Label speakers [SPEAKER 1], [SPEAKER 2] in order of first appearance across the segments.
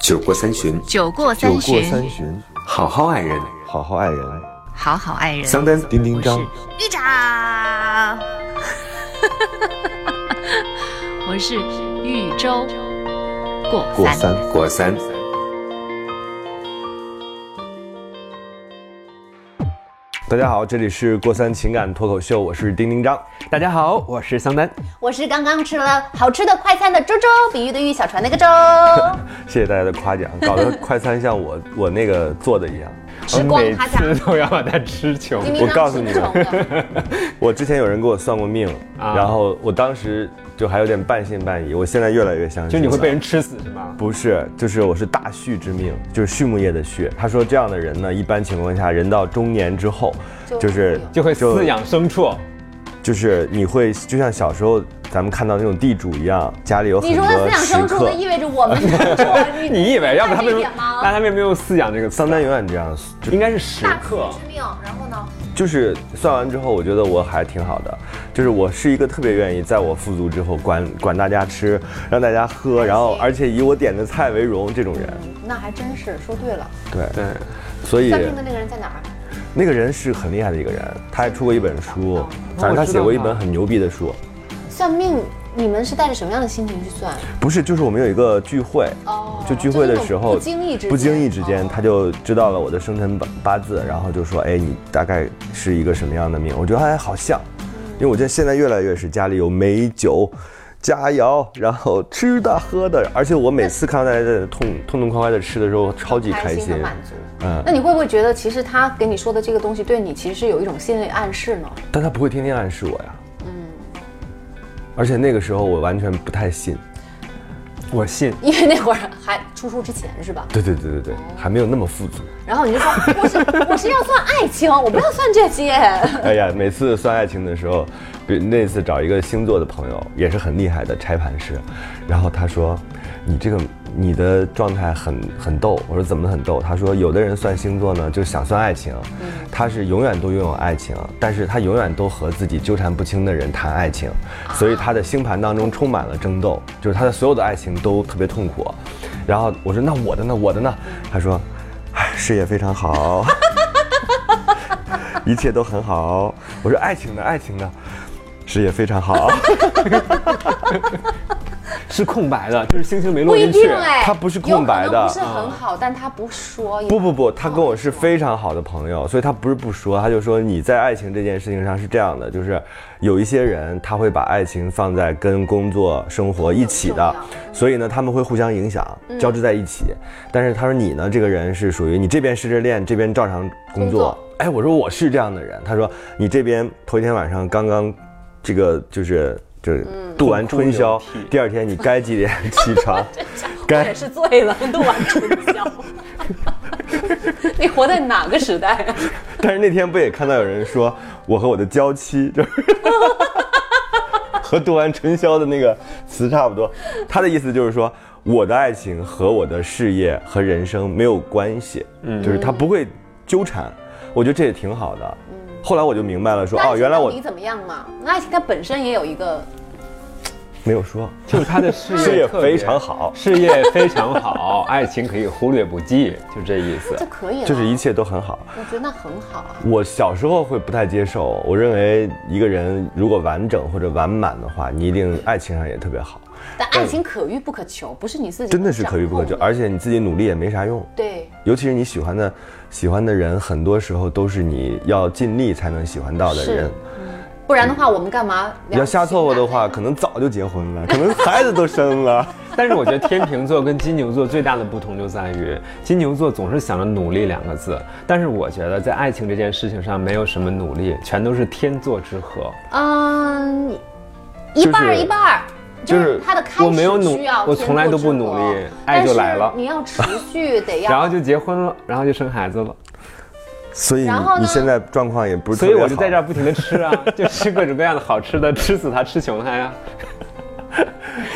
[SPEAKER 1] 酒过三巡，
[SPEAKER 2] 酒过
[SPEAKER 3] 酒
[SPEAKER 2] 三
[SPEAKER 3] 过
[SPEAKER 2] 巡，
[SPEAKER 3] 三巡，
[SPEAKER 1] 好好爱人。
[SPEAKER 3] 好好爱人。啊
[SPEAKER 2] 好好爱人。
[SPEAKER 1] 桑丹，
[SPEAKER 3] 丁丁张，
[SPEAKER 2] 玉长，我是豫州过
[SPEAKER 3] 过
[SPEAKER 2] 三。
[SPEAKER 3] 三。
[SPEAKER 1] 果三，
[SPEAKER 3] 大家好，这里是过三情感脱口秀，我是丁丁张。大家好，我是桑丹。
[SPEAKER 4] 我是刚刚吃了好吃的快餐的周周，比喻的喻，小船那 个周。
[SPEAKER 3] 谢谢大家的夸奖，搞得快餐像我我那个做的一样。
[SPEAKER 4] 吃光夸奖
[SPEAKER 5] 每次都要把它吃穷。
[SPEAKER 4] 明明
[SPEAKER 3] 我
[SPEAKER 4] 当
[SPEAKER 3] 告
[SPEAKER 4] 时
[SPEAKER 3] 诉你
[SPEAKER 4] 不
[SPEAKER 3] 们
[SPEAKER 4] 同 的
[SPEAKER 3] 我之前有人给我算过命，
[SPEAKER 5] 啊
[SPEAKER 3] 然后我当时就还有点半信半疑，我现在越来越相信。
[SPEAKER 5] 就你会被人吃死是吗？
[SPEAKER 3] 不是，就是我是大畜之命，就是畜牧业的畜。他说这样的人呢，一般情况下，人到中年之后，
[SPEAKER 4] 就
[SPEAKER 3] 就是
[SPEAKER 5] 就会饲养牲畜，
[SPEAKER 3] 就是你会就像小时候咱们看到那种地主一样，家里有很
[SPEAKER 4] 你说的
[SPEAKER 3] 多
[SPEAKER 4] 饲养
[SPEAKER 3] 食
[SPEAKER 4] 牲畜，
[SPEAKER 3] 客
[SPEAKER 4] 那。意味着我们 能做你
[SPEAKER 5] 你以为？要不他
[SPEAKER 4] 看
[SPEAKER 5] 们
[SPEAKER 4] 这
[SPEAKER 5] 没
[SPEAKER 4] 一
[SPEAKER 5] 有
[SPEAKER 4] 点吗
[SPEAKER 5] 那他们没有饲养这个词，
[SPEAKER 3] 桑丹永远这样，就
[SPEAKER 5] 应该是食
[SPEAKER 4] 大
[SPEAKER 5] 客
[SPEAKER 4] 畜。之命，然后呢？
[SPEAKER 3] 就是算完之后，我觉得我还挺好的，就是我是一个特别愿意在我富足之后管管大家吃，让大家喝，然后而且以我点的菜为荣这种人。
[SPEAKER 4] 那还真是说对了。
[SPEAKER 3] 对，
[SPEAKER 5] 对，
[SPEAKER 3] 所以
[SPEAKER 4] 算命的那个人在哪儿？
[SPEAKER 3] 那个人是很厉害的一个人，他还出过一本
[SPEAKER 4] 哦
[SPEAKER 3] 书，反正他写过一本很牛逼的书。
[SPEAKER 4] 算命，你们是带着什么样的心情去算？
[SPEAKER 3] 不是，就是我们有一个聚会，
[SPEAKER 4] 哦
[SPEAKER 3] 就聚会的时候，
[SPEAKER 4] 就是那种不经意之间
[SPEAKER 3] 不经意之间
[SPEAKER 4] 哦
[SPEAKER 3] 他就知道了我的生辰八八字，然后就说，哎，你大概是一个什么样的命？我觉得还好像，
[SPEAKER 4] 嗯
[SPEAKER 3] 因为我觉得现在越来越是家里有美酒。佳肴，然后吃的喝的，而且我每次看到大家在那痛
[SPEAKER 4] 嗯
[SPEAKER 3] 痛痛快快的吃的时候，超级开心
[SPEAKER 4] 很满足。
[SPEAKER 3] 嗯
[SPEAKER 4] 那你会不会觉得，其实他给你说的这个东西，对你其实是有一种心理暗示呢？
[SPEAKER 3] 但他不会天天暗示我呀。
[SPEAKER 4] 嗯
[SPEAKER 3] 而且那个时候我完全不太信。
[SPEAKER 4] 嗯
[SPEAKER 5] 我信。
[SPEAKER 4] 因为那会儿还出书之前是吧？
[SPEAKER 3] 对对对对
[SPEAKER 4] 哦
[SPEAKER 3] 对，还没有那么富足。
[SPEAKER 4] 然后你就说，我是我是要算爱情，我不要算这些。
[SPEAKER 3] 哎呀，每次算爱情的时候，比那次找一个星座的朋友，也是很厉害的拆盘师，然后他说：“你这个你的状态很很逗。”我说：“怎么很逗？”他说：“有的人算星座呢，就想算爱情，他是永远都拥有爱情，但是他永远都和自己纠缠不清的人谈爱情，所以他的星盘当中充满了争斗，就是他的所有的爱情都特别痛苦。”然后我说：“那我的呢？我的呢？”他说：“哎，事业非常好。”一切都很好。我说爱情呢，爱情呢，事业非常 好。
[SPEAKER 5] 是空白 的，啊就是星星没
[SPEAKER 4] 不
[SPEAKER 5] 落
[SPEAKER 4] 一
[SPEAKER 5] 进
[SPEAKER 4] 定
[SPEAKER 5] 去。
[SPEAKER 4] 哎，
[SPEAKER 3] 它不是空白的嗯
[SPEAKER 4] 有可能不是很好，但他不说。
[SPEAKER 3] 不不不，他跟我是非常好的朋友，所以他不是不说，他就说你在爱情这件事情上是这样的，就是有一些人他会把爱情放在跟工作生活一起的
[SPEAKER 4] 很重，嗯
[SPEAKER 3] 所以呢他们会互相影响，交织在一起。但是他说你呢，这个人是属于你这边失着恋，这边照常工
[SPEAKER 4] 工
[SPEAKER 3] 作
[SPEAKER 4] 作。
[SPEAKER 3] 哎，我说我是这样的人，他说你这边头一天晚上刚刚，这个就是就是
[SPEAKER 4] 嗯
[SPEAKER 3] 度完春宵
[SPEAKER 5] 痛哭流，涕
[SPEAKER 3] 第二天你该几点起 床？该
[SPEAKER 4] 哦是醉了， 都玩春 宵。你活在哪个时代、啊？
[SPEAKER 3] 但是那天不也看到有人说我和我的娇妻就是 和读完春宵的那个词差不多，他的意思就是说我的爱情和我的事业和人生没有关系，
[SPEAKER 4] 嗯
[SPEAKER 3] 就是他不会纠缠，我觉得这也挺好的。后来我就明白了说，
[SPEAKER 4] 嗯那爱
[SPEAKER 3] 哦，
[SPEAKER 4] 情
[SPEAKER 3] 原来
[SPEAKER 4] 到
[SPEAKER 3] 我
[SPEAKER 4] 底怎么样嘛？那爱情它本身也有一个，
[SPEAKER 3] 没有说，
[SPEAKER 5] 就是他的事业
[SPEAKER 3] 事业
[SPEAKER 5] 特别
[SPEAKER 3] 非常好
[SPEAKER 5] 事业非常好， 爱情可以忽略不计，就这意思
[SPEAKER 4] 这。可以了。
[SPEAKER 3] 就是一，切都很好。
[SPEAKER 4] 我觉得那很好啊。
[SPEAKER 3] 我小时候会不太接受，我认为一个人如果完整或者完满的话，你一定爱情上也特别好，
[SPEAKER 4] 但爱情可遇不可求，不是你自己
[SPEAKER 3] 嗯真的是可遇不可求，
[SPEAKER 4] 掌控的
[SPEAKER 3] 而且你自己努力也没啥用。
[SPEAKER 4] 对，
[SPEAKER 3] 尤其是你喜欢的喜欢的人，很多时候都是你要尽力才能喜欢到的人
[SPEAKER 4] 是。啊不然的话我们干嘛？
[SPEAKER 3] 你要瞎凑合的 话，可能早就结婚了，可 能孩子都生了。
[SPEAKER 5] 但是我觉得天秤座跟金牛座最大的不同就在于，金牛座总是想着努力两个字，但是我觉得在爱情这件事情上没有什么努力，全都是天作之合。
[SPEAKER 4] 嗯，一半
[SPEAKER 5] 就
[SPEAKER 4] 儿
[SPEAKER 5] 是
[SPEAKER 4] 一半儿，
[SPEAKER 5] 就是
[SPEAKER 4] 他的开
[SPEAKER 5] 我没有
[SPEAKER 4] 始
[SPEAKER 5] 努
[SPEAKER 4] 需要
[SPEAKER 5] 我
[SPEAKER 4] 天
[SPEAKER 5] 从来
[SPEAKER 4] 作
[SPEAKER 5] 都
[SPEAKER 4] 之
[SPEAKER 5] 不努
[SPEAKER 4] 合
[SPEAKER 5] 力爱就
[SPEAKER 4] 但
[SPEAKER 5] 来
[SPEAKER 4] 是
[SPEAKER 5] 了
[SPEAKER 4] 你要持续 得要，
[SPEAKER 5] 然后就结婚了，然后就生孩子了，
[SPEAKER 3] 所以你
[SPEAKER 4] 然后呢
[SPEAKER 3] 你现在状况也不是特
[SPEAKER 5] 所
[SPEAKER 3] 别
[SPEAKER 5] 以
[SPEAKER 3] 好，
[SPEAKER 5] 我就在这儿不停的吃啊， 就吃各种各样的好吃的，吃死他，吃穷他呀，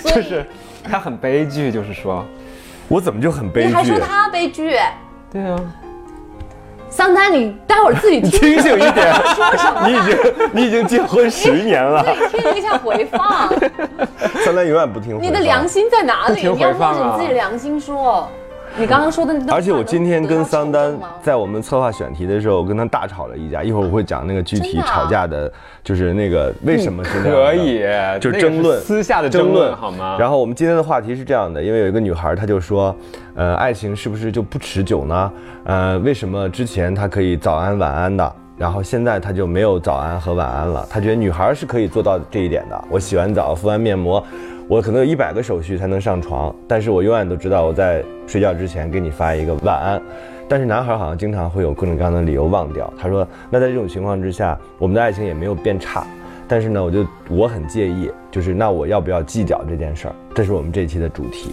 [SPEAKER 4] 所以
[SPEAKER 5] 就是他很悲剧，就是说，
[SPEAKER 3] 我怎么就很悲
[SPEAKER 4] 你还说
[SPEAKER 3] 剧？
[SPEAKER 4] 他悲剧。
[SPEAKER 5] 对啊，
[SPEAKER 4] 桑丹，你待会儿自己听，
[SPEAKER 3] 清醒一点， 你已经你已经结婚十年 了，
[SPEAKER 4] 自己听一下回 放，
[SPEAKER 3] 三丹永远不听回放。
[SPEAKER 4] 你的良心在哪
[SPEAKER 5] 不
[SPEAKER 4] 里？
[SPEAKER 5] 听
[SPEAKER 4] 你要
[SPEAKER 5] 回放啊
[SPEAKER 4] 摸着你自己良心说。你刚刚说的那段话
[SPEAKER 3] 而且我今天跟桑丹
[SPEAKER 4] 能得到触动吗
[SPEAKER 3] 在我们策划选题的时候，我跟他大吵了一架。一会儿我会讲那个具体
[SPEAKER 4] 真的啊
[SPEAKER 3] 吵架的，就是那个为什么是这样的
[SPEAKER 5] 可以，啊
[SPEAKER 3] 就
[SPEAKER 5] 那
[SPEAKER 3] 是
[SPEAKER 5] 个
[SPEAKER 3] 争论，
[SPEAKER 5] 是私下的争论好吗？
[SPEAKER 3] 然后我们今天的话题是这样的，因为有一个女孩，她就说，呃，爱情是不是就不持久呢？呃，为什么之前她可以早安晚安的，然后现在她就没有早安和晚安了？她觉得女孩是可以做到这一点的。我洗完澡，敷完面膜，我可能有一百个手续才能上床，但是我永远都知道我在睡觉之前给你发一个晚安。但是男孩好像经常会有各种各样的理由忘掉。他说，那在这种情况之下，我们的爱情也没有变差。但是呢，我就我很介意，就是那我要不要计较这件事儿？这是我们这一期的主题。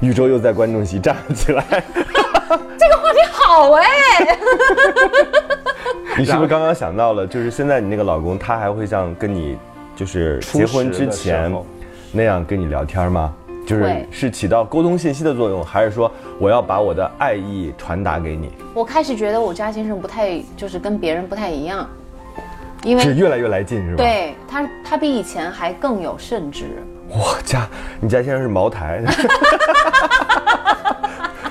[SPEAKER 3] 宇宙又在观众席站了起 来，
[SPEAKER 4] 话题好哎，
[SPEAKER 3] 你是不是刚刚想到了？就是现在你那个老公，他还会像跟你就是结婚之前那样跟你聊天吗？就是
[SPEAKER 4] 会
[SPEAKER 3] 是起到沟通信息的作用，还是说我要把我的爱意传达给你？
[SPEAKER 4] 我开始觉得我家先生不太，就是跟别人不太一样，因
[SPEAKER 3] 是
[SPEAKER 4] 为
[SPEAKER 3] 越来越来劲是吧？，
[SPEAKER 4] 对他，他比以前还更有甚至。
[SPEAKER 3] 哇家，你家现在是茅 台，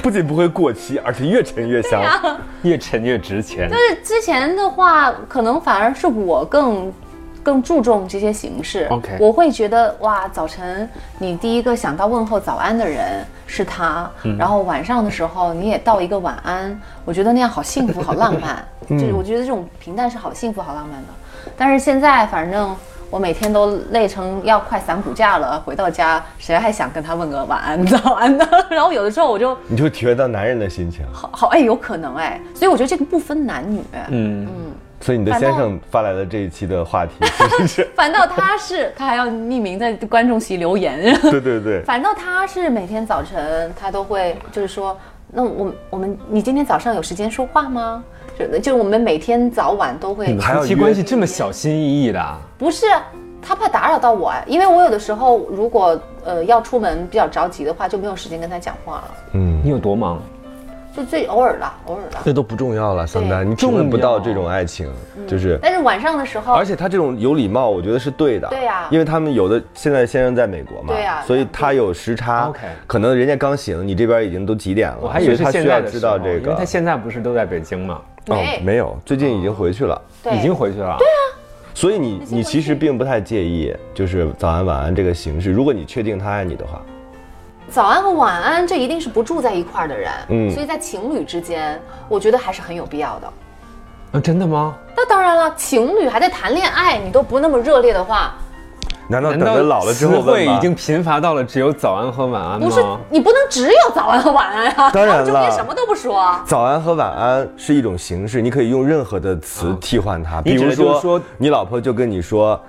[SPEAKER 3] 不仅不会过期，而且越陈越香。
[SPEAKER 5] 越沉越值钱。
[SPEAKER 4] 就是之前的话，可能反而是我更。更注重这些形式
[SPEAKER 5] OK
[SPEAKER 4] 我会觉得哇，早晨你第一个想到问候早安的人是他，然后晚上的时候你也道一个晚安，我觉得那样好幸福，好浪漫。就是我觉得这种平淡是好幸福、好浪漫的。但是现在反正我每天都累成要快散骨架了，回到家谁还想跟他问个晚安、早安呢？ 然后有的时候我就
[SPEAKER 3] 你就体会到男人的心情。
[SPEAKER 4] 好好哎，有可能哎，所以我觉得这个不分男女，
[SPEAKER 5] 嗯，
[SPEAKER 3] 所以你的
[SPEAKER 4] 反倒
[SPEAKER 3] 先生发来的这一期的话题， 其实是
[SPEAKER 4] 反倒他是，他还要匿名在观众席留言。
[SPEAKER 3] 对对 对，
[SPEAKER 4] 反倒他是每天早晨，他都会就是说，那我我们你今天早上有时间说话吗？就就我们每天早晚都会，
[SPEAKER 3] 嗯还要
[SPEAKER 5] 夫妻
[SPEAKER 3] 约
[SPEAKER 5] 关系这么小心翼翼的啊，
[SPEAKER 4] 不是他怕打扰到我，因为我有的时候如果呃要出门比较着急的话，就没有时间跟他讲话了，
[SPEAKER 3] 嗯，
[SPEAKER 5] 你有多忙？
[SPEAKER 4] 就最偶尔啦，偶尔啦。
[SPEAKER 3] 这都不重要了，桑丹，你体
[SPEAKER 5] 重
[SPEAKER 3] 会不到
[SPEAKER 5] 要
[SPEAKER 3] 这种爱情，就是。
[SPEAKER 4] 但是晚上的时候
[SPEAKER 3] 而，且他这种有礼貌，我觉得是对的。
[SPEAKER 4] 对呀
[SPEAKER 3] 因为他们有的现在先生在美国嘛，
[SPEAKER 4] 对呀
[SPEAKER 3] 所以他有时差。
[SPEAKER 5] OK
[SPEAKER 3] 可能人家刚醒，你这边已经都几点了，
[SPEAKER 5] 我还以为
[SPEAKER 3] 所
[SPEAKER 5] 是
[SPEAKER 3] 以他
[SPEAKER 5] 现
[SPEAKER 3] 需
[SPEAKER 5] 在
[SPEAKER 3] 要
[SPEAKER 5] 的
[SPEAKER 3] 知
[SPEAKER 5] 时候
[SPEAKER 3] 道这
[SPEAKER 5] 因为
[SPEAKER 3] 个哦
[SPEAKER 5] 他。现在不是都在哦北京吗？
[SPEAKER 4] 没
[SPEAKER 3] 没有，最近已经回去了。
[SPEAKER 4] 对
[SPEAKER 5] 已经回去了。对啊，
[SPEAKER 3] 所以你你其实并不太介意，就是早安晚安这个形式。如果你确定他爱你的话，
[SPEAKER 4] 早安和晚安，这一定是不住在一块儿的人，
[SPEAKER 3] 嗯
[SPEAKER 4] 所以在情侣之间，我觉得还是很有必要的。
[SPEAKER 5] 啊真的吗？
[SPEAKER 4] 那当然了，情侣还在谈恋爱，你都不那么热烈的话，
[SPEAKER 3] 难道
[SPEAKER 5] 难
[SPEAKER 3] 等
[SPEAKER 5] 道
[SPEAKER 3] 着老了之后
[SPEAKER 5] 词汇
[SPEAKER 3] 问吗
[SPEAKER 5] 已经贫乏到了只有早安和晚安
[SPEAKER 4] 不是
[SPEAKER 5] 吗？
[SPEAKER 4] 你不能只有早安和晚安啊，
[SPEAKER 3] 嗯啊 当然了
[SPEAKER 4] 中间什么都不说。
[SPEAKER 3] 早安和晚安是一种形式，你可以用任何的词替换它，比
[SPEAKER 5] 嗯你指
[SPEAKER 3] 如
[SPEAKER 5] 的就是
[SPEAKER 3] 说
[SPEAKER 5] 说
[SPEAKER 3] 你老婆就跟你说。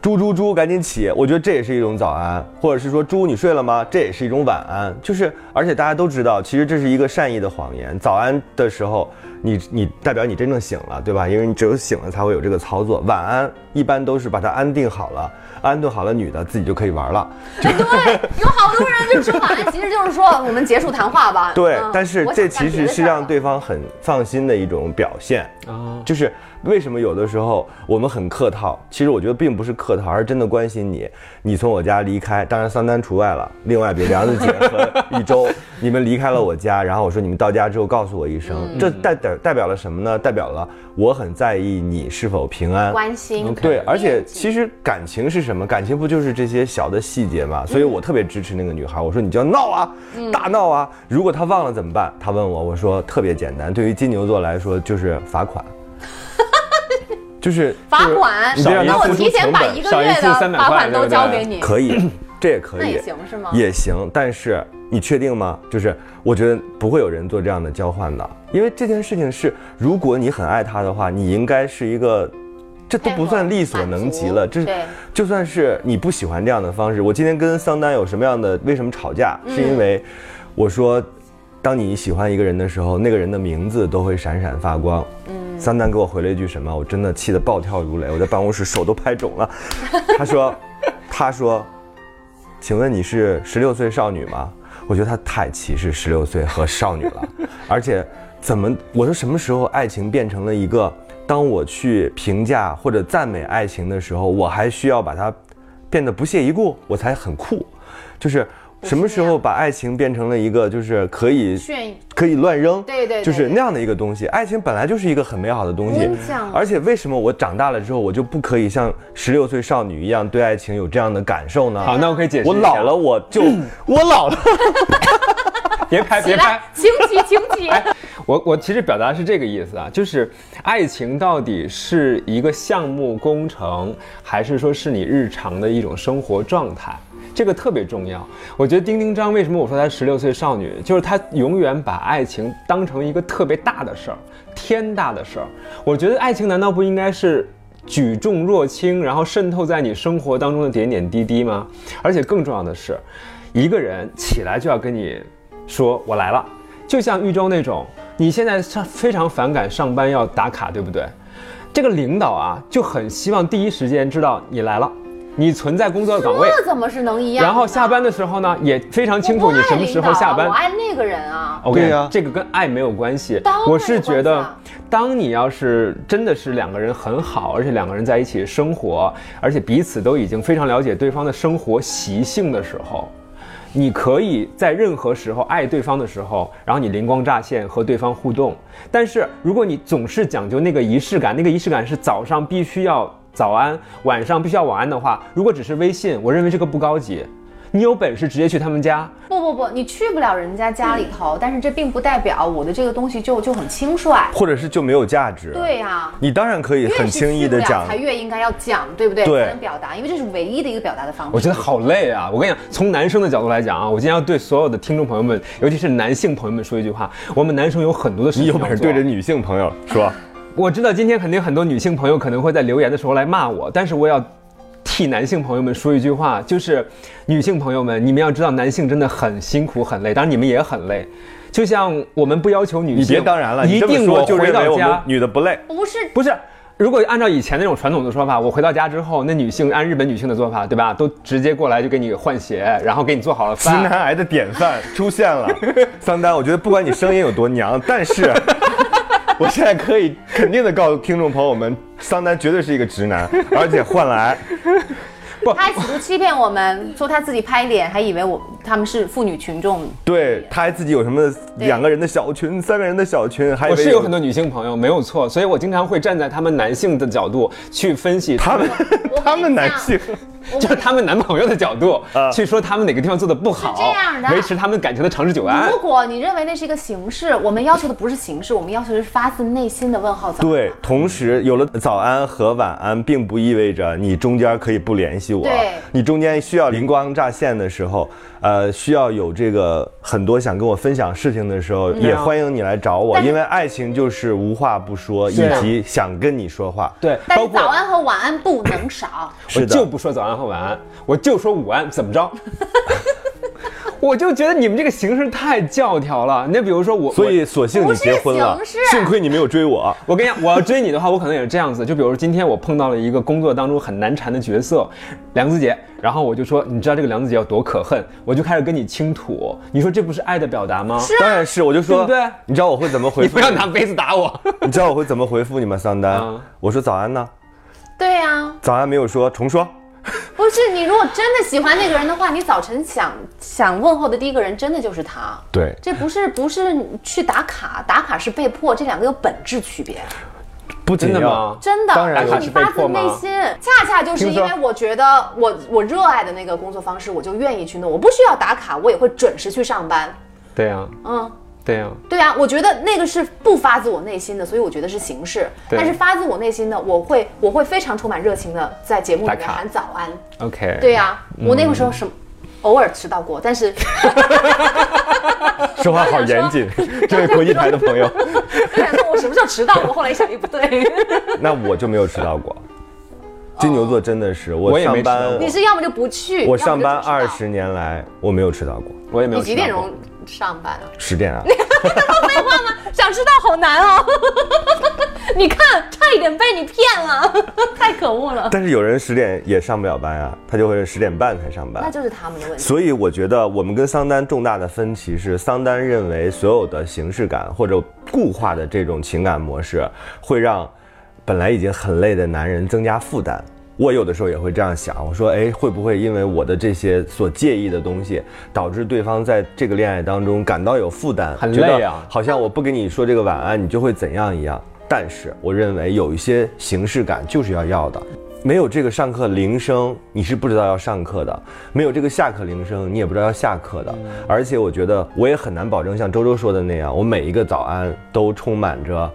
[SPEAKER 3] 猪猪猪，赶紧起！我觉得这也是一种早安，或者是说猪，你睡了吗？这也是一种晚安。就是，而且大家都知道，其实这是一个善意的谎言。早安的时候，你你代表你真正醒了，对吧？因为你只有醒了才会有这个操作。晚安一般都是把它安定好了，安顿好了女的自己就可以玩了。
[SPEAKER 4] 有好多人就说晚安，其实就是说我们结束谈话吧。
[SPEAKER 3] 对，
[SPEAKER 4] 嗯
[SPEAKER 3] 但是
[SPEAKER 4] 我想
[SPEAKER 3] 这
[SPEAKER 4] 干
[SPEAKER 3] 其
[SPEAKER 4] 别
[SPEAKER 3] 实
[SPEAKER 4] 的事
[SPEAKER 3] 是
[SPEAKER 4] 儿
[SPEAKER 3] 让
[SPEAKER 4] 了
[SPEAKER 3] 对方很放心的一种表现。
[SPEAKER 5] 啊，
[SPEAKER 3] 就是为什么有的时候我们很客套，其实我觉得并不是客套，而是真的关心你。你从我家离开，当然桑丹除外了。另外，比如梁子姐和一周，你们离开了我家，然后我说你们到家之后告诉我一声，这代代代表了什么呢？代表了我很在意你是否平安。
[SPEAKER 4] 关心
[SPEAKER 5] OK
[SPEAKER 3] 对，
[SPEAKER 5] 感
[SPEAKER 3] 而且其实感情是什么？感情不就是这些小的细节
[SPEAKER 4] 嗯
[SPEAKER 3] 嘛？所以我特别支持那个女孩，我说你就要闹啊，大闹啊！如果她忘了怎么办？她问我，我说特别简单，对于金牛座来说就是罚 款，就是
[SPEAKER 4] 罚款，
[SPEAKER 3] 你得让他
[SPEAKER 4] 那我
[SPEAKER 3] 付出
[SPEAKER 4] 提前
[SPEAKER 3] 成
[SPEAKER 4] 把
[SPEAKER 3] 本
[SPEAKER 4] 一个
[SPEAKER 5] 少一
[SPEAKER 4] 月
[SPEAKER 5] 次
[SPEAKER 4] 的
[SPEAKER 5] 300
[SPEAKER 4] 罚款
[SPEAKER 5] 块
[SPEAKER 4] 都
[SPEAKER 5] 对不
[SPEAKER 4] 交
[SPEAKER 5] 对
[SPEAKER 4] 给你，
[SPEAKER 3] 可以，这也可以，
[SPEAKER 4] 那也行是吗？
[SPEAKER 3] 也行，但是你确定吗？就是我觉得不会有人做这样的交换的，因为这件事情是，如果你很爱他的话，你应该是一个，这都不算力所能及了，
[SPEAKER 4] 满
[SPEAKER 3] 这
[SPEAKER 4] 足
[SPEAKER 3] 哎
[SPEAKER 4] 对
[SPEAKER 3] 就算是你不喜欢这样的方式。我今天跟桑丹有什么样的为什么吵架，是因为我说，当你喜欢一个人的时候，那个人的名字都会闪闪发光。桑丹给我回了一句什么，我真的气得暴跳如雷，我在办公室手都拍肿了。他说，他说，请问你是十六岁少女吗？我觉得他太歧视十六岁和少女 了，而且怎么我说什么时候爱情变成了一个，当我去评价或者赞美爱情的时候，我还需要把它变得不屑一顾，我才很酷，就是。什么时候把爱情变成了一个就是可以
[SPEAKER 4] 啊炫
[SPEAKER 3] 可以乱扔，
[SPEAKER 4] 对对对啊
[SPEAKER 3] 就是那样的一个东西。爱情本来就是一个很美好的东
[SPEAKER 4] 我
[SPEAKER 3] 西
[SPEAKER 4] 跟你讲，
[SPEAKER 3] 而且为什么我长大了之后我就不可以像十六岁少女一样对爱情有这样的感受呢？
[SPEAKER 5] 好，那我可以解释。
[SPEAKER 3] 我老了，，我就嗯我老了，
[SPEAKER 5] 别拍，别拍
[SPEAKER 4] 来。，请起，请起。
[SPEAKER 3] 哎
[SPEAKER 5] 我我其实表达是这个意思啊，就是爱情到底是一个项目工程，还是说是你日常的一种生活状态？这个特别重要。我觉得丁丁张为什么我说她十六岁少女，就是她永远把爱情当成一个特别大的事儿，天大的事儿。我觉得爱情难道不应该是举重若轻，然后渗透在你生活当中的点点滴滴吗？而且更重要的是，一个人起来就要跟你说“我来了”，就像玉州那种，你现在上非常反感上班要打卡，对不对？这个领导啊就很希望第一时间知道你来了，你存在工作岗位。
[SPEAKER 4] 这怎么是啊能一样的呢？
[SPEAKER 5] 然后下班的时候呢，也非常
[SPEAKER 4] 我
[SPEAKER 5] 清
[SPEAKER 4] 不
[SPEAKER 5] 楚你
[SPEAKER 4] 爱
[SPEAKER 5] 什么时候
[SPEAKER 4] 领导
[SPEAKER 5] 下
[SPEAKER 4] 啊
[SPEAKER 5] 班
[SPEAKER 4] 我。爱那个人啊。
[SPEAKER 5] OK，
[SPEAKER 3] 对呀
[SPEAKER 5] 这个跟爱没有关系
[SPEAKER 4] 当然。有
[SPEAKER 5] 我是觉
[SPEAKER 4] 关
[SPEAKER 5] 得
[SPEAKER 4] 系啊，
[SPEAKER 5] 当你要是真的是两个人很好，而且两个人在一起生活，而且彼此都已经非常了解对方的生活习性的时候，你可以在任何时候爱对方的时候，然后你灵光乍现和对方互动。但是如果你总是讲究那个仪式感，那个仪式感是早上必须要早安，晚上必须要晚安的话，如果只是微信，我认为这个不高级。你有本事直接去他们家，
[SPEAKER 4] 不不不，你去不了人家家里头，但是这并不代表我的这个东西就就很轻率。
[SPEAKER 3] 或者是就没有价值。
[SPEAKER 4] 对呀、
[SPEAKER 3] 你当然可以
[SPEAKER 4] 越
[SPEAKER 3] 啊很
[SPEAKER 4] 是
[SPEAKER 3] 轻易
[SPEAKER 4] 去不
[SPEAKER 3] 的
[SPEAKER 4] 了
[SPEAKER 3] 讲
[SPEAKER 4] 才，越应该要讲，对不对？
[SPEAKER 3] 对
[SPEAKER 4] 才能表达，因为这是唯一的一个表达的方
[SPEAKER 5] 我
[SPEAKER 4] 式。
[SPEAKER 5] 觉得好累啊！我跟你讲，从男生的角度来讲啊，我今天要对所有的听众朋友们，尤其是男性朋友们说一句话：我们男生有很多的事
[SPEAKER 3] 你
[SPEAKER 5] 情
[SPEAKER 3] 有嗯本
[SPEAKER 5] 要
[SPEAKER 3] 事
[SPEAKER 5] 做
[SPEAKER 3] 对着女性朋友说，
[SPEAKER 5] 我知道今天肯定很多女性朋友可能会在留言的时候来骂我，但是我要替男性朋友们说一句话，就是女性朋友们，你们要知道男性真的很辛苦很累，当然你们也很累。就像我们不要求女性，
[SPEAKER 3] 你别当然了，你
[SPEAKER 5] 一
[SPEAKER 3] 这么
[SPEAKER 5] 定
[SPEAKER 3] 说
[SPEAKER 5] 我
[SPEAKER 3] 就
[SPEAKER 5] 回
[SPEAKER 3] 认为
[SPEAKER 5] 到
[SPEAKER 3] 我们
[SPEAKER 5] 家
[SPEAKER 3] 女的不累。
[SPEAKER 4] 不是
[SPEAKER 5] 不是。如果按照以前那种传统的说法，我回到家之后，那女性按日本女性的做法，对吧？都直接过来就给你换鞋，然后给你做好了
[SPEAKER 3] 直
[SPEAKER 5] 饭，
[SPEAKER 3] 男癌的典范出现 了，桑丹，我觉得不管你声音有多娘，但 是我现在可以肯定的告诉听众朋友们，桑丹绝对是一个直男，而且患了癌。
[SPEAKER 4] 他还企图欺骗我们，说他自己拍脸，还以为我他们是妇女群众。
[SPEAKER 3] 对他还自己有什么
[SPEAKER 4] 对
[SPEAKER 3] 两个人的小群、三个人的小群，还以
[SPEAKER 5] 我
[SPEAKER 3] 为
[SPEAKER 5] 是有很多女性朋友，没有错，所以我经常会站在他们男性的角度去分析
[SPEAKER 3] 他们
[SPEAKER 4] 我跟
[SPEAKER 3] 他们
[SPEAKER 4] 你
[SPEAKER 3] 男
[SPEAKER 4] 讲
[SPEAKER 3] 性，
[SPEAKER 4] 我
[SPEAKER 5] 就是他们男朋友的角度、
[SPEAKER 3] 啊
[SPEAKER 5] 去说他们哪个地方做的不好，
[SPEAKER 4] 嗯是这样的嗯
[SPEAKER 5] 维持他们感情的长治久安
[SPEAKER 4] 如。果你认为那是一个形式，我们要求的不是形式，我们要求的是发自内心的问号早安。
[SPEAKER 3] 对，同时有了早安和晚安，并不意味着你中间可以不联系我
[SPEAKER 4] 对，
[SPEAKER 3] 你中间需要灵光乍现的时候，呃，需要有这个很多想跟我分享事情的时候，也欢迎你来找我，
[SPEAKER 4] 嗯但是
[SPEAKER 3] 因为爱情就是无话不说，以
[SPEAKER 5] 是的
[SPEAKER 3] 及想跟你说话。
[SPEAKER 5] 对，
[SPEAKER 4] 但
[SPEAKER 5] 包
[SPEAKER 4] 是
[SPEAKER 5] 括
[SPEAKER 4] 早安和晚安不能少。
[SPEAKER 5] 我
[SPEAKER 3] 是
[SPEAKER 5] 就
[SPEAKER 3] 的，
[SPEAKER 5] 不说早安和晚安，我就说午安，怎么 着？我就觉得你们这个形式太教条了。那比如说我，
[SPEAKER 3] 所以索性你结婚了
[SPEAKER 4] 不是，
[SPEAKER 3] 幸亏你没有追我。
[SPEAKER 5] 我跟你讲，我要追你的话，我可能也是这样子。就比如说今天我碰到了一个工作当中很难缠的角色，梁子姐，然后我就说，你知道这个梁子姐有多可恨，我就开始跟你倾吐。你说这不是爱的表达吗？
[SPEAKER 4] 啊
[SPEAKER 3] 当然是，我就说，
[SPEAKER 5] 对不对
[SPEAKER 3] 你知道我会怎么回
[SPEAKER 5] 你
[SPEAKER 3] 复？
[SPEAKER 5] 不要拿杯子打我。
[SPEAKER 3] 你知道我会怎么回复你吗，桑丹
[SPEAKER 5] 嗯？
[SPEAKER 3] 我说早安呢，
[SPEAKER 4] 对啊呀、
[SPEAKER 3] 早安没有说，重说。
[SPEAKER 4] 不是你如果真的喜欢那个人的话，你早晨想想问候的第一个人真的就是他。
[SPEAKER 3] 对，
[SPEAKER 4] 这不是不是去打卡，打卡是被迫，这两个有本质区别，
[SPEAKER 3] 不仅
[SPEAKER 5] 真的
[SPEAKER 3] 要
[SPEAKER 5] 吗？
[SPEAKER 4] 真的。
[SPEAKER 3] 当然
[SPEAKER 4] 而且你发自内心，恰恰就是因为我觉得我我热爱的那个工作方式，我就愿意去弄，我不需要打卡，我也会准时去上班。
[SPEAKER 5] 对呀、
[SPEAKER 4] 嗯，
[SPEAKER 5] 对呀、
[SPEAKER 4] 对啊，我觉得那个是不发自我内心的，所以我觉得是形式。
[SPEAKER 5] 对
[SPEAKER 4] 但是发自我内心的，我会我会非常充满热情的在节目里
[SPEAKER 5] 打
[SPEAKER 4] 面
[SPEAKER 5] 卡
[SPEAKER 4] 喊早安。
[SPEAKER 5] OK，啊
[SPEAKER 4] 对呀、
[SPEAKER 3] 嗯
[SPEAKER 4] 我那个时候什么、偶尔迟到过，但是
[SPEAKER 3] 说话好严谨， 这位国际台的朋 友，
[SPEAKER 4] 我想说我什么时候迟到，我后来一想也 不对。
[SPEAKER 3] 那我就没有迟到过。金牛座真的是，
[SPEAKER 5] 我
[SPEAKER 3] 哦我
[SPEAKER 5] 也没
[SPEAKER 3] 上
[SPEAKER 5] 迟
[SPEAKER 3] 班
[SPEAKER 5] 到过
[SPEAKER 4] 你是要么就不去，
[SPEAKER 3] 我上班
[SPEAKER 4] 要么
[SPEAKER 3] 二
[SPEAKER 4] 就迟到
[SPEAKER 3] 十。年来我没有迟到过，
[SPEAKER 5] 我也没有
[SPEAKER 4] 你
[SPEAKER 5] 迟到过。
[SPEAKER 4] 几点钟上班啊？
[SPEAKER 3] 十点 啊，
[SPEAKER 4] 想知道好难哦。 你看，差一点被你骗了， 太可恶了。
[SPEAKER 3] 但是有人十点也上不了班啊，他就会十点半才上
[SPEAKER 4] 那
[SPEAKER 3] 班。
[SPEAKER 4] 就是他们的问题。
[SPEAKER 3] 所以我觉得我们跟桑丹重大的分歧是，桑丹认为所有的形式感或者固化的这种情感模式，会让本来已经很累的男人增加负担。我有的时候也会这样想，我说，哎，会不会因为我的这些所介意的东西，导致对方在这个恋爱当中感到有负担，
[SPEAKER 5] 很
[SPEAKER 3] 觉得
[SPEAKER 5] 累啊
[SPEAKER 3] 好像我不跟你说这个晚安，你就会怎样一样。但是我认为有一些形式感就是要要的，没有这个上课铃声，你是不知道要上课的；没有这个下课铃声，你也不知道要下课的。而且我觉得我也很难保证像周周说的那样，我每一个早安都充满着。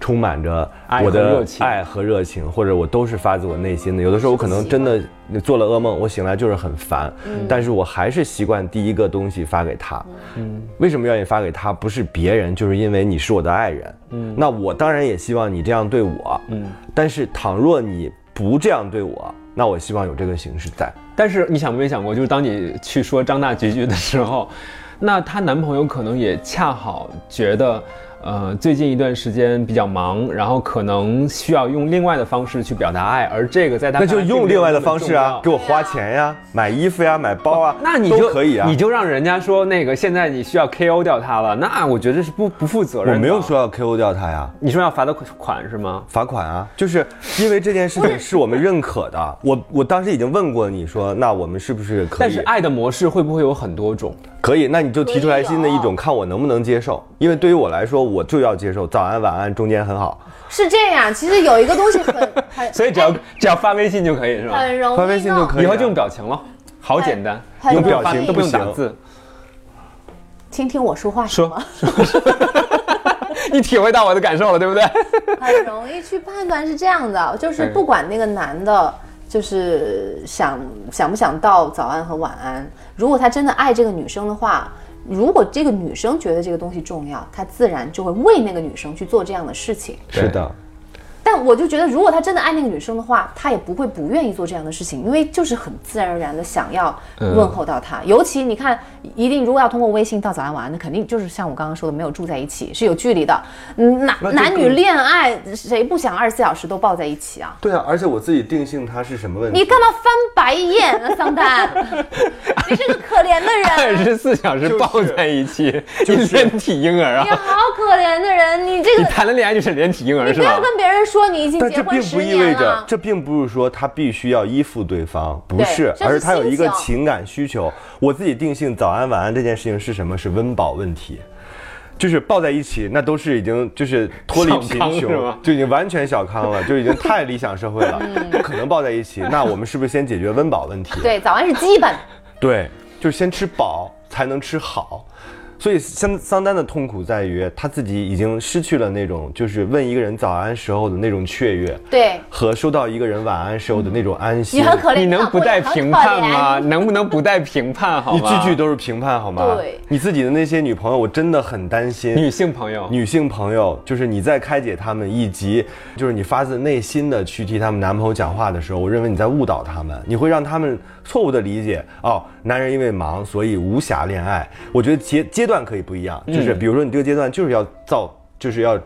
[SPEAKER 3] 充满着
[SPEAKER 5] 爱
[SPEAKER 3] 我
[SPEAKER 5] 和热
[SPEAKER 3] 的
[SPEAKER 5] 情
[SPEAKER 3] 爱和热情，或者我都是发自我内心的。有的时候我可能真的做了噩梦，我醒来就是很烦，但是我还是习惯第一个东西发给他。
[SPEAKER 5] 嗯
[SPEAKER 3] 为什么愿意发给他？不是别人，就是因为你是我的爱人。嗯，那我当然也希望你这样对我。嗯，但是倘若你不这样对我，那我希望有这个形式在。
[SPEAKER 5] 但是你想没想过，就是当你去说张大菊菊的时候， 那她男朋友可能也恰好觉得，呃，最近一段时间比较忙，然后可能需要用另外的方式去表达爱，而这个在他
[SPEAKER 3] 那就
[SPEAKER 5] 看来并
[SPEAKER 3] 用
[SPEAKER 5] 没有
[SPEAKER 3] 另外的
[SPEAKER 5] 那么
[SPEAKER 3] 方式啊，给
[SPEAKER 5] 重要哦
[SPEAKER 3] 我花钱呀、买衣服呀、买包啊，
[SPEAKER 5] 那你
[SPEAKER 3] 都
[SPEAKER 5] 就
[SPEAKER 3] 可以啊。
[SPEAKER 5] 你就让人家说那个现在你需要 KO 掉他了，那我觉得是不不负责任
[SPEAKER 3] 我
[SPEAKER 5] 的。
[SPEAKER 3] 没有说要 KO 掉他呀。
[SPEAKER 5] 你说要罚他款是吗？
[SPEAKER 3] 罚款啊，就是因为这件事情是我们认可的。我我当时已经问过你说，那我们是不是啊可
[SPEAKER 5] 但是
[SPEAKER 3] 以？
[SPEAKER 5] 爱的模式会不会有很多种？
[SPEAKER 3] 可以，那你就提出来新的一种，看我能不能接受。因为对于我来说，我就要接受早安晚安中间很好。
[SPEAKER 4] 是这样。其实有一个东西 很很
[SPEAKER 5] 所以只要只要发微信就可以是吧？
[SPEAKER 4] 很容易
[SPEAKER 3] 发微信就
[SPEAKER 4] 弄
[SPEAKER 3] 可以啊
[SPEAKER 5] 以后就用表情了，好简单，
[SPEAKER 4] 很
[SPEAKER 5] 都不
[SPEAKER 4] 容
[SPEAKER 5] 用
[SPEAKER 4] 易
[SPEAKER 5] 发都不用打
[SPEAKER 3] 用表情
[SPEAKER 5] 字。
[SPEAKER 4] 听听我说话
[SPEAKER 5] 说
[SPEAKER 4] 行吗？，
[SPEAKER 5] 你体会到我的感受了，对不对？
[SPEAKER 4] 很容易去判断是这样的，就是不管那个男的，就是想想不想到早安和晚安，如果他真的爱这个女生的话，如果这个女生觉得这个东西重要，他自然就会为那个女生去做这样的事情。
[SPEAKER 5] 对
[SPEAKER 3] 是的，
[SPEAKER 4] 但我就觉得，如果他真的爱那个女生的话，他也不会不愿意做这样的事情，因为就是很自然而然的想要
[SPEAKER 3] 嗯
[SPEAKER 4] 问候到她。尤其你看，一定如果要通过微信道早安晚安，那肯定就是像我刚刚说的，没有住在一起是有距离的。嗯男
[SPEAKER 3] 那就
[SPEAKER 4] 男
[SPEAKER 3] 更
[SPEAKER 4] 女恋爱，谁不想二十四小时都抱在一起啊？
[SPEAKER 3] 对啊，而且我自己定性它是什么问
[SPEAKER 4] 你
[SPEAKER 3] 题？
[SPEAKER 4] 干嘛翻白眼啊，桑丹？你是个可 怜的
[SPEAKER 3] 哎
[SPEAKER 5] 二
[SPEAKER 4] 人，
[SPEAKER 5] 十四小时抱在一起，你连体婴儿
[SPEAKER 4] 你
[SPEAKER 5] 啊！
[SPEAKER 4] 好可怜的人，你这
[SPEAKER 5] 你
[SPEAKER 4] 个
[SPEAKER 5] 谈了恋爱就是连体婴儿
[SPEAKER 4] 你
[SPEAKER 5] 是
[SPEAKER 4] 不
[SPEAKER 5] 吧
[SPEAKER 4] 要？跟别人说你已经
[SPEAKER 3] 但
[SPEAKER 4] 结
[SPEAKER 3] 这
[SPEAKER 4] 婚
[SPEAKER 3] 并
[SPEAKER 4] 十
[SPEAKER 3] 不意味
[SPEAKER 4] 年
[SPEAKER 3] 着
[SPEAKER 4] 了，。
[SPEAKER 3] 这并不是说他必须要依附对方，不
[SPEAKER 4] 对
[SPEAKER 3] 是
[SPEAKER 4] 这，是
[SPEAKER 3] 而是他有一个
[SPEAKER 4] 心情
[SPEAKER 3] 情感需求。我自己定性早安晚安这件事情是什么？是温饱问题。就是抱在一起，那都是已经就是脱离贫
[SPEAKER 5] 小康是
[SPEAKER 3] 穷
[SPEAKER 5] 吗，
[SPEAKER 3] 就已经完全小康了，就已经太理想社会 了，不可能抱在一起。那我们是不是先解决温饱问题？
[SPEAKER 4] 嗯对，早安是基本。
[SPEAKER 3] 对，就是先吃饱才能吃好。所以桑桑丹的痛苦在于他自己已经失去了那种就是问一个人早安时候的那种雀跃，
[SPEAKER 4] 对，
[SPEAKER 3] 和收到一个人晚安时候的那种安
[SPEAKER 4] 你
[SPEAKER 3] 心。
[SPEAKER 4] 很可怜，
[SPEAKER 5] 你能
[SPEAKER 4] 老
[SPEAKER 5] 不
[SPEAKER 4] 婆
[SPEAKER 5] 带
[SPEAKER 4] 也很
[SPEAKER 5] 评
[SPEAKER 4] 可
[SPEAKER 5] 判
[SPEAKER 4] 怜
[SPEAKER 5] 吗？能不能不带评判好
[SPEAKER 3] 你
[SPEAKER 5] 吗？
[SPEAKER 3] 句句都是评判好吗？
[SPEAKER 4] 对
[SPEAKER 3] 你自己的那些女朋友，我真的很担心。
[SPEAKER 5] 女性朋友，
[SPEAKER 3] 女性朋友，就是你在开解她们，以及就是你发自内心的去替她们男朋友讲话的时候，我认为你在误导她们，你会让她们错误的理解哦，男人因为忙所以无暇恋爱。我觉得阶阶段可以不一样，
[SPEAKER 5] 嗯
[SPEAKER 3] 就是比如说你这个阶段就是要造，就是要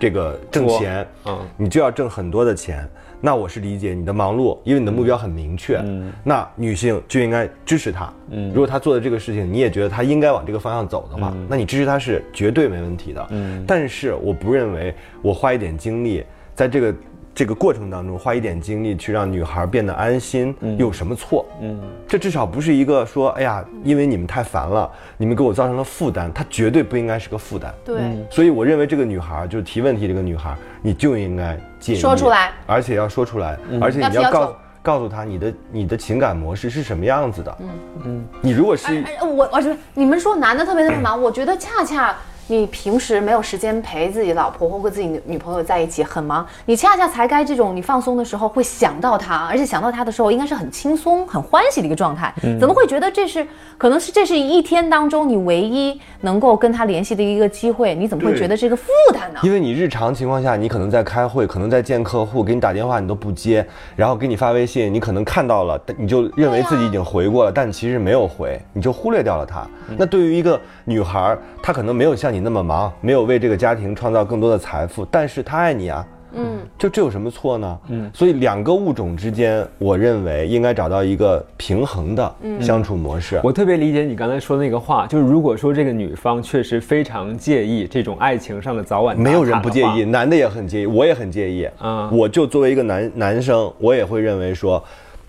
[SPEAKER 3] 这个挣
[SPEAKER 5] 多
[SPEAKER 3] 钱，
[SPEAKER 5] 嗯
[SPEAKER 3] 你就要挣很多的钱。那我是理解你的忙碌，因为你的目标很明确。那女性就应该支持她。如果她做的这个事情，你也觉得她应该往这个方向走的话，那你支持她是绝对没问题的。嗯但是我不认为我花一点精力在这个这个过程当中花一点精力去让女孩变得安心，嗯有什么错？这至少不是一个说，哎呀，因为你们太烦了，你们给我造成了负担，它绝对不应该是个负担。
[SPEAKER 5] 嗯
[SPEAKER 4] 对，
[SPEAKER 3] 所以我认为这个女孩儿就是提问题这个女孩儿，你就应该介意
[SPEAKER 4] 说出来，
[SPEAKER 3] 而且要说出来，而且你要
[SPEAKER 4] 要提要
[SPEAKER 3] 告
[SPEAKER 4] 求
[SPEAKER 3] 告诉她你的你的情感模式是什么样子的。嗯嗯，你如果是
[SPEAKER 4] 哎，我我觉得你们说男的特别特别忙，我觉得恰恰你平时没有时间陪自己老婆或跟自己女女朋友在一起，很忙，你恰恰才该这种你放松的时候会想到她，而且想到她的时候应该是很轻松、很欢喜的一个状态，
[SPEAKER 5] 嗯
[SPEAKER 4] 怎么会觉得这是可能是这是一天当中你唯一能够跟她联系的一个机会？你怎么会
[SPEAKER 3] 对
[SPEAKER 4] 觉得这个负担呢？
[SPEAKER 3] 因为你日常情况下，你可能在开会，可能在见客户，给你打电话你都不接，然后给你发微信，你可能看到了，但你就认为自己已经回过了，但其实没有回，你就忽略掉了她。那对于一个女孩儿，她可能没有像你那么忙，没有为这个家庭创造更多的财富，但是她爱你啊。
[SPEAKER 4] 嗯，
[SPEAKER 3] 就这有什么错呢？嗯，所以两个物种之间，我认为应该找到一个平衡的相处模式。
[SPEAKER 5] 嗯我特别理解你刚才说的那个话，就是如果说这个女方确实非常介意这种爱情上的早晚，
[SPEAKER 3] 没有人不介意，，男的也很介意，我也很介意。
[SPEAKER 5] 嗯
[SPEAKER 3] 我就作为一个男男生，我也会认为说，